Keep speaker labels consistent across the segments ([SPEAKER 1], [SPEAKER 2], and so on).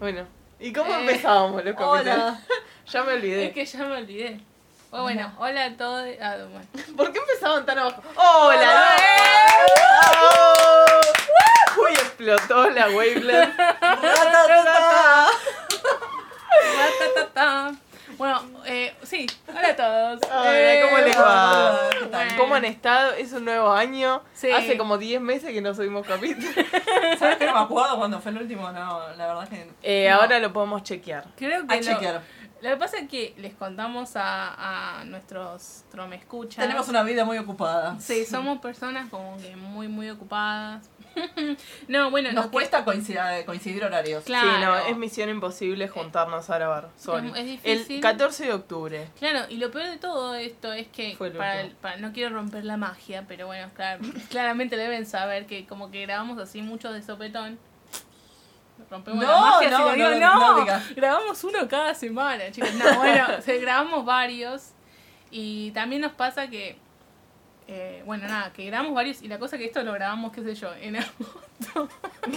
[SPEAKER 1] Bueno, ¿y cómo
[SPEAKER 2] Eh,
[SPEAKER 1] empezábamos los capítulos?
[SPEAKER 2] Hola.
[SPEAKER 1] ya me olvidé.
[SPEAKER 2] Es que ya me olvidé. O bueno, hola a todos. Ah, bueno.
[SPEAKER 1] ¿Por qué empezaban tan abajo? ¡Hola!
[SPEAKER 2] ¡Eh!
[SPEAKER 1] ¡Oh! Uy, explotó la wavelength.
[SPEAKER 2] Ratatata. Bueno, eh, sí, hola a todos.
[SPEAKER 1] Hola, ¿cómo les va?
[SPEAKER 2] Eh, bueno.
[SPEAKER 1] ¿Cómo han estado? Es un nuevo año.
[SPEAKER 2] Sí.
[SPEAKER 1] Hace como 10 meses que no subimos capítulo.
[SPEAKER 3] ¿Sabes que no me acuerdo cuando fue el último? No, la verdad que.
[SPEAKER 1] Eh,
[SPEAKER 2] No.
[SPEAKER 1] Ahora lo podemos chequear.
[SPEAKER 2] Creo que
[SPEAKER 3] A
[SPEAKER 2] lo,
[SPEAKER 3] chequear.
[SPEAKER 2] lo que pasa es que les contamos a, a nuestros tromescuchas.
[SPEAKER 3] Tenemos una vida muy ocupada.
[SPEAKER 2] Sí, somos personas como que muy, muy ocupadas. no, bueno, lo
[SPEAKER 3] Nos
[SPEAKER 2] que-
[SPEAKER 3] cuesta coincidir, eh, coincidir horarios.
[SPEAKER 2] Claro.
[SPEAKER 1] Sí, no, es misión imposible juntarnos a grabar. Sorry.
[SPEAKER 2] Es- es difícil.
[SPEAKER 1] El 14 de octubre.
[SPEAKER 2] Claro, y lo peor de todo esto es que
[SPEAKER 1] Fue el
[SPEAKER 2] para,
[SPEAKER 1] último.
[SPEAKER 2] para- no quiero romper la magia, pero bueno, claro, claramente deben saber que como que grabamos así mucho de sopetón. Rompemos la
[SPEAKER 3] No,
[SPEAKER 2] magia,
[SPEAKER 3] no,
[SPEAKER 2] si lo
[SPEAKER 3] no,
[SPEAKER 2] digo,
[SPEAKER 3] no,
[SPEAKER 2] no,
[SPEAKER 3] no digas.
[SPEAKER 2] grabamos uno cada semana, chicos. No, bueno, o sea, grabamos varios y también nos pasa que eh, bueno, nada, que grabamos varios y la cosa que esto lo grabamos, qué sé yo, en
[SPEAKER 3] Y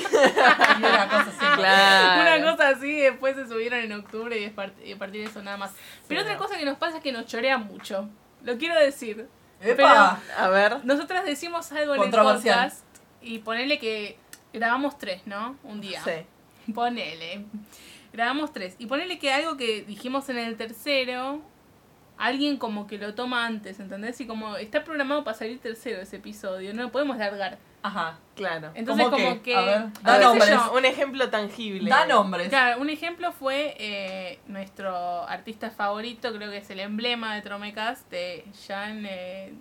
[SPEAKER 3] una cosa así.
[SPEAKER 1] Claro.
[SPEAKER 2] Ah, Una cosa así, después se subieron en octubre y es part- y a partir de eso nada más. Pero
[SPEAKER 1] Sí,
[SPEAKER 2] otra
[SPEAKER 1] no.
[SPEAKER 2] cosa que nos pasa es que nos chorea mucho. Lo quiero decir.
[SPEAKER 3] ¡Epa!
[SPEAKER 1] A ver.
[SPEAKER 2] Nosotras decimos algo en el
[SPEAKER 3] Controversial.
[SPEAKER 2] podcast y ponele que grabamos tres, ¿no? Un día.
[SPEAKER 1] Sí.
[SPEAKER 2] Ponele. Grabamos tres. Y ponele que algo que dijimos en el tercero, alguien como que lo toma antes, ¿entendés? Y como está programado para salir tercero ese episodio, no lo podemos largar.
[SPEAKER 3] Ajá.
[SPEAKER 1] Claro.
[SPEAKER 2] Entonces
[SPEAKER 3] ¿Cómo
[SPEAKER 2] como
[SPEAKER 3] qué?
[SPEAKER 2] que...
[SPEAKER 3] A ver,
[SPEAKER 2] qué
[SPEAKER 3] da
[SPEAKER 2] sé
[SPEAKER 3] nombres.
[SPEAKER 2] yo,
[SPEAKER 1] Un ejemplo tangible.
[SPEAKER 3] Da nombres.
[SPEAKER 2] Claro, un ejemplo fue eh, nuestro artista favorito, creo que es el emblema de Tromecast, de Jean... eh,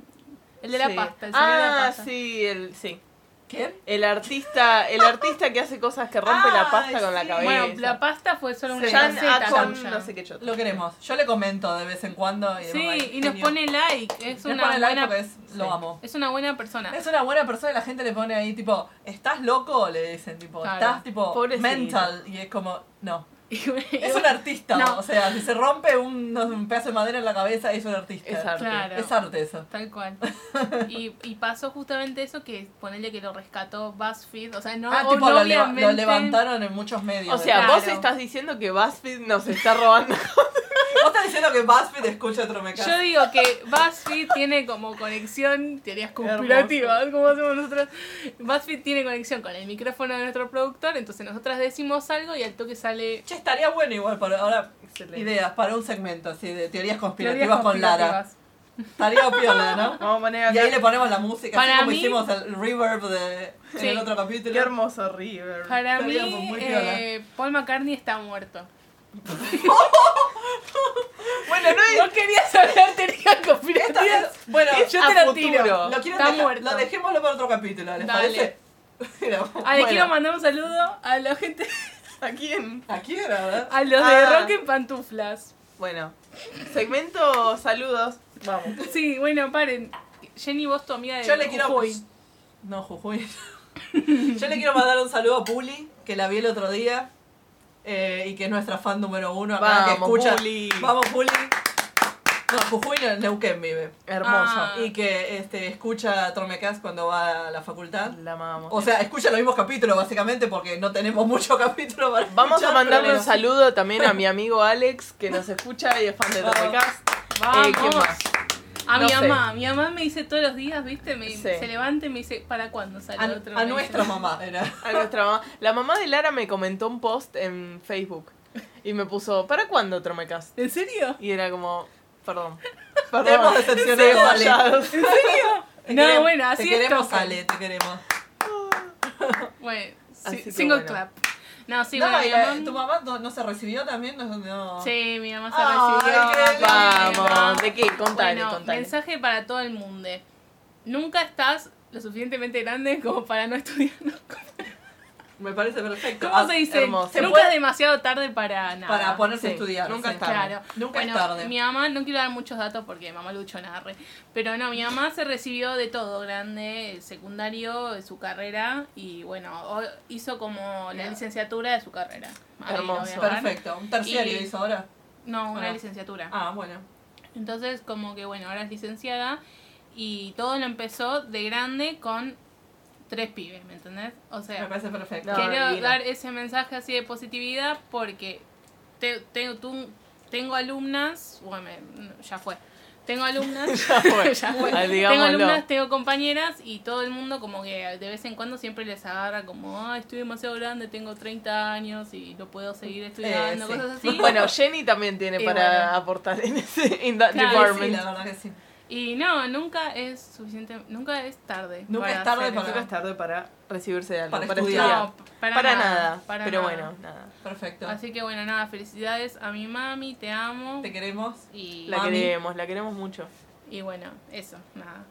[SPEAKER 2] el de la
[SPEAKER 1] Sí.
[SPEAKER 2] pasta, el señor de la
[SPEAKER 1] Ah,
[SPEAKER 2] pasta.
[SPEAKER 1] sí, el, sí.
[SPEAKER 3] ¿Quién?
[SPEAKER 1] El artista, el artista que hace cosas que rompe
[SPEAKER 3] Ay,
[SPEAKER 1] la pasta con la
[SPEAKER 3] sí.
[SPEAKER 1] cabeza.
[SPEAKER 2] Bueno, la pasta fue solo una
[SPEAKER 3] Sí. ah,
[SPEAKER 1] Jan
[SPEAKER 2] faceta
[SPEAKER 1] Acon,
[SPEAKER 2] tuya.
[SPEAKER 1] no sé qué chota.
[SPEAKER 3] Lo queremos. Yo le comento de vez en cuando. Y digo,
[SPEAKER 2] Sí,
[SPEAKER 3] "Ay,
[SPEAKER 2] y nos
[SPEAKER 3] genio".
[SPEAKER 2] pone like. Es
[SPEAKER 3] Nos
[SPEAKER 2] una,
[SPEAKER 3] pone like
[SPEAKER 2] buena,
[SPEAKER 3] porque es- lo
[SPEAKER 1] sí.
[SPEAKER 3] amo.
[SPEAKER 2] es una buena persona.
[SPEAKER 3] Es una buena persona y la gente le pone ahí tipo, ¿estás loco? Le dicen tipo,
[SPEAKER 2] Claro.
[SPEAKER 3] estás tipo
[SPEAKER 1] Pobrecito.
[SPEAKER 3] mental. Y es como, no.
[SPEAKER 2] Y bueno,
[SPEAKER 3] Es un artista.
[SPEAKER 2] No.
[SPEAKER 3] O sea, si se rompe un, un pedazo de madera en la cabeza, es un artista.
[SPEAKER 1] Es arte.
[SPEAKER 2] Claro.
[SPEAKER 3] Es arte eso.
[SPEAKER 2] Tal cual. Y, y pasó justamente eso que ponele que lo rescató BuzzFeed. O sea, no,
[SPEAKER 3] ah, tipo, lo, leva-
[SPEAKER 2] obviamente-
[SPEAKER 3] lo levantaron en muchos medios.
[SPEAKER 1] O sea,
[SPEAKER 2] Claro.
[SPEAKER 1] vos estás diciendo que BuzzFeed nos está robando.
[SPEAKER 3] vos estás diciendo que BuzzFeed escucha Tromecas.
[SPEAKER 2] Yo digo que BuzzFeed tiene como conexión, teorías
[SPEAKER 1] Hermoso.
[SPEAKER 2] conspirativas, como hacemos nosotros. BuzzFeed tiene conexión con el micrófono de nuestro productor, entonces nosotras decimos algo y al toque sale
[SPEAKER 3] Che, estaría bueno igual para ahora
[SPEAKER 1] Excelente.
[SPEAKER 3] ideas para un segmento así de teorías conspirativas,
[SPEAKER 2] teorías
[SPEAKER 3] con Lara.
[SPEAKER 2] conspirativas.
[SPEAKER 3] Estaría piola, ¿no?
[SPEAKER 1] Vamos a poner
[SPEAKER 3] Y ahí le
[SPEAKER 1] acá.
[SPEAKER 3] ponemos la música,
[SPEAKER 2] Para
[SPEAKER 3] así como
[SPEAKER 2] mí-
[SPEAKER 3] hicimos el reverb de, en
[SPEAKER 2] Sí.
[SPEAKER 3] el otro capítulo.
[SPEAKER 1] Qué hermoso River.
[SPEAKER 2] Para mí,
[SPEAKER 3] Estaríamos muy piola.
[SPEAKER 2] eh, Paul McCartney está muerto.
[SPEAKER 3] Bueno, no es-
[SPEAKER 2] No querías hablar teorías
[SPEAKER 3] esta
[SPEAKER 2] conspirativas.
[SPEAKER 3] es- bueno,
[SPEAKER 2] Yo te
[SPEAKER 1] a futuro.
[SPEAKER 2] lo tiro.
[SPEAKER 3] lo quiero
[SPEAKER 2] está
[SPEAKER 3] dejar-
[SPEAKER 2] muerto.
[SPEAKER 3] lo dejémoslo para otro capítulo, ¿les
[SPEAKER 2] Dale.
[SPEAKER 3] parece? Mira,
[SPEAKER 2] Ah, le
[SPEAKER 1] Bueno.
[SPEAKER 2] quiero mandar un saludo a la gente,
[SPEAKER 1] ¿A quién?
[SPEAKER 3] Aquí era, ¿verdad?
[SPEAKER 2] a los de
[SPEAKER 1] Ah.
[SPEAKER 2] Rock en Pantuflas.
[SPEAKER 1] Bueno, segmento saludos. Vamos.
[SPEAKER 2] Sí, bueno, paren. Jenny, vos tu amiga de
[SPEAKER 3] Yo le quiero.
[SPEAKER 2] Eh, Jujuy.
[SPEAKER 3] No, Jujuy. Yo le quiero mandar un saludo a Puli, que la vi el otro día. eh, y que es nuestra fan número uno acá Ah, que
[SPEAKER 1] Vamos,
[SPEAKER 3] escucha.
[SPEAKER 1] Puli.
[SPEAKER 3] Vamos, Puli. No, Jujuy no, Neuquén vive.
[SPEAKER 1] Hermoso.
[SPEAKER 2] Ah.
[SPEAKER 3] Y que este, escucha Tromecast cuando va a la
[SPEAKER 2] Ah.
[SPEAKER 3] facultad.
[SPEAKER 1] La amamos.
[SPEAKER 3] O sea, escucha los mismos capítulos, básicamente, porque no tenemos mucho capítulo para
[SPEAKER 1] Vamos a
[SPEAKER 3] escuchar,
[SPEAKER 1] mandarle
[SPEAKER 3] pero-
[SPEAKER 1] un saludo también a mi amigo Alex, que nos escucha y es fan de
[SPEAKER 3] Vamos.
[SPEAKER 1] Topecast.
[SPEAKER 2] Vamos.
[SPEAKER 1] Eh, ¿quién más?
[SPEAKER 2] A
[SPEAKER 1] No
[SPEAKER 2] mi
[SPEAKER 1] sé.
[SPEAKER 2] mamá, mi mamá me dice todos los días, ¿viste? Me,
[SPEAKER 1] Sí.
[SPEAKER 2] Se levanta y me dice, ¿para cuándo sale otro?
[SPEAKER 3] A, a nuestra mamá, era.
[SPEAKER 1] A nuestra mamá. La mamá de Lara me comentó un post en Facebook y me puso, ¿para cuándo Tromecast?
[SPEAKER 2] ¿En serio?
[SPEAKER 1] Y era como, perdón.
[SPEAKER 3] Te hemos
[SPEAKER 1] Perdón.
[SPEAKER 3] decepcionado, Ale.
[SPEAKER 1] Fallados.
[SPEAKER 3] Te
[SPEAKER 2] No,
[SPEAKER 3] queremos-
[SPEAKER 2] bueno, así
[SPEAKER 3] Te
[SPEAKER 2] es
[SPEAKER 3] queremos,
[SPEAKER 2] Tromecast.
[SPEAKER 3] Ale, te queremos.
[SPEAKER 2] Bueno, sí,
[SPEAKER 1] Así que
[SPEAKER 2] single
[SPEAKER 1] bueno.
[SPEAKER 2] clap. No, sí,
[SPEAKER 3] no,
[SPEAKER 2] bueno,
[SPEAKER 3] y
[SPEAKER 2] mi
[SPEAKER 3] la-
[SPEAKER 2] mamá...
[SPEAKER 3] ¿Tu mamá no, no se recibió también? No, no.
[SPEAKER 2] Sí, mi mamá se
[SPEAKER 3] Ay, qué
[SPEAKER 2] recibió.
[SPEAKER 3] lindo.
[SPEAKER 1] Ah, Vamos, ¿de qué? Contale,
[SPEAKER 2] bueno,
[SPEAKER 1] contale.
[SPEAKER 2] mensaje para todo el mundo. Nunca estás lo suficientemente grande como para no estudiar.
[SPEAKER 3] Me parece perfecto.
[SPEAKER 2] ¿Cómo
[SPEAKER 3] Ah,
[SPEAKER 2] se dice?
[SPEAKER 1] hermoso.
[SPEAKER 2] Nunca
[SPEAKER 3] Puede-
[SPEAKER 2] es demasiado tarde para nada.
[SPEAKER 3] Para
[SPEAKER 1] Sí,
[SPEAKER 3] ponerse a estudiar.
[SPEAKER 1] nunca
[SPEAKER 3] sí.
[SPEAKER 1] es tarde.
[SPEAKER 2] Claro.
[SPEAKER 3] Nunca
[SPEAKER 2] Bueno,
[SPEAKER 3] es tarde.
[SPEAKER 2] Mi mamá, no quiero dar muchos datos porque mamá luchó nada re. Pero no, mi mamá se recibió de todo, grande, el secundario, de su carrera y bueno, o- hizo como la
[SPEAKER 3] Bien.
[SPEAKER 2] licenciatura de su carrera. Ahí lo voy a
[SPEAKER 1] Hermoso.
[SPEAKER 2] dejar.
[SPEAKER 3] Perfecto. Un terciario
[SPEAKER 2] Y-
[SPEAKER 3] hizo ahora.
[SPEAKER 2] No, una
[SPEAKER 3] Ah.
[SPEAKER 2] licenciatura.
[SPEAKER 3] Ah, bueno.
[SPEAKER 2] Entonces, como que bueno, ahora es licenciada y todo lo empezó de grande con tres pibes, ¿me entendés? O sea,
[SPEAKER 3] Me parece perfecto.
[SPEAKER 1] No,
[SPEAKER 2] quiero
[SPEAKER 1] divino.
[SPEAKER 2] dar ese mensaje así de positividad porque te- te- tú- tengo alumnas, bueno, me- ya fue, tengo alumnas,
[SPEAKER 1] Ya fue.
[SPEAKER 2] ya fue.
[SPEAKER 1] Ah,
[SPEAKER 2] tengo
[SPEAKER 1] digámoslo.
[SPEAKER 2] alumnas, tengo compañeras y todo el mundo como que de vez en cuando siempre les agarra como, ah, estoy demasiado grande, tengo 30 años y no puedo seguir estudiando,
[SPEAKER 3] sí.
[SPEAKER 2] cosas así.
[SPEAKER 1] Eh, Bueno, Jenny también tiene
[SPEAKER 2] Y
[SPEAKER 1] para
[SPEAKER 2] bueno.
[SPEAKER 1] aportar en ese in that
[SPEAKER 2] Claro,
[SPEAKER 3] Sí,
[SPEAKER 1] department.
[SPEAKER 3] la verdad que sí.
[SPEAKER 2] Y no, nunca es suficiente, nunca es tarde.
[SPEAKER 3] Nunca
[SPEAKER 2] para
[SPEAKER 3] es tarde
[SPEAKER 2] hacer
[SPEAKER 3] para-
[SPEAKER 2] eso.
[SPEAKER 1] Nunca es tarde para recibirse de algo,
[SPEAKER 3] Para
[SPEAKER 1] para,
[SPEAKER 3] estudiar.
[SPEAKER 1] estudiar.
[SPEAKER 2] No, para,
[SPEAKER 1] Para, nada, pero bueno, nada.
[SPEAKER 3] Perfecto.
[SPEAKER 2] Así que bueno, nada, felicidades a mi mami, te amo.
[SPEAKER 3] Te queremos.
[SPEAKER 2] Y,
[SPEAKER 1] La
[SPEAKER 3] Mami.
[SPEAKER 1] queremos, la queremos mucho.
[SPEAKER 2] y bueno, eso, nada.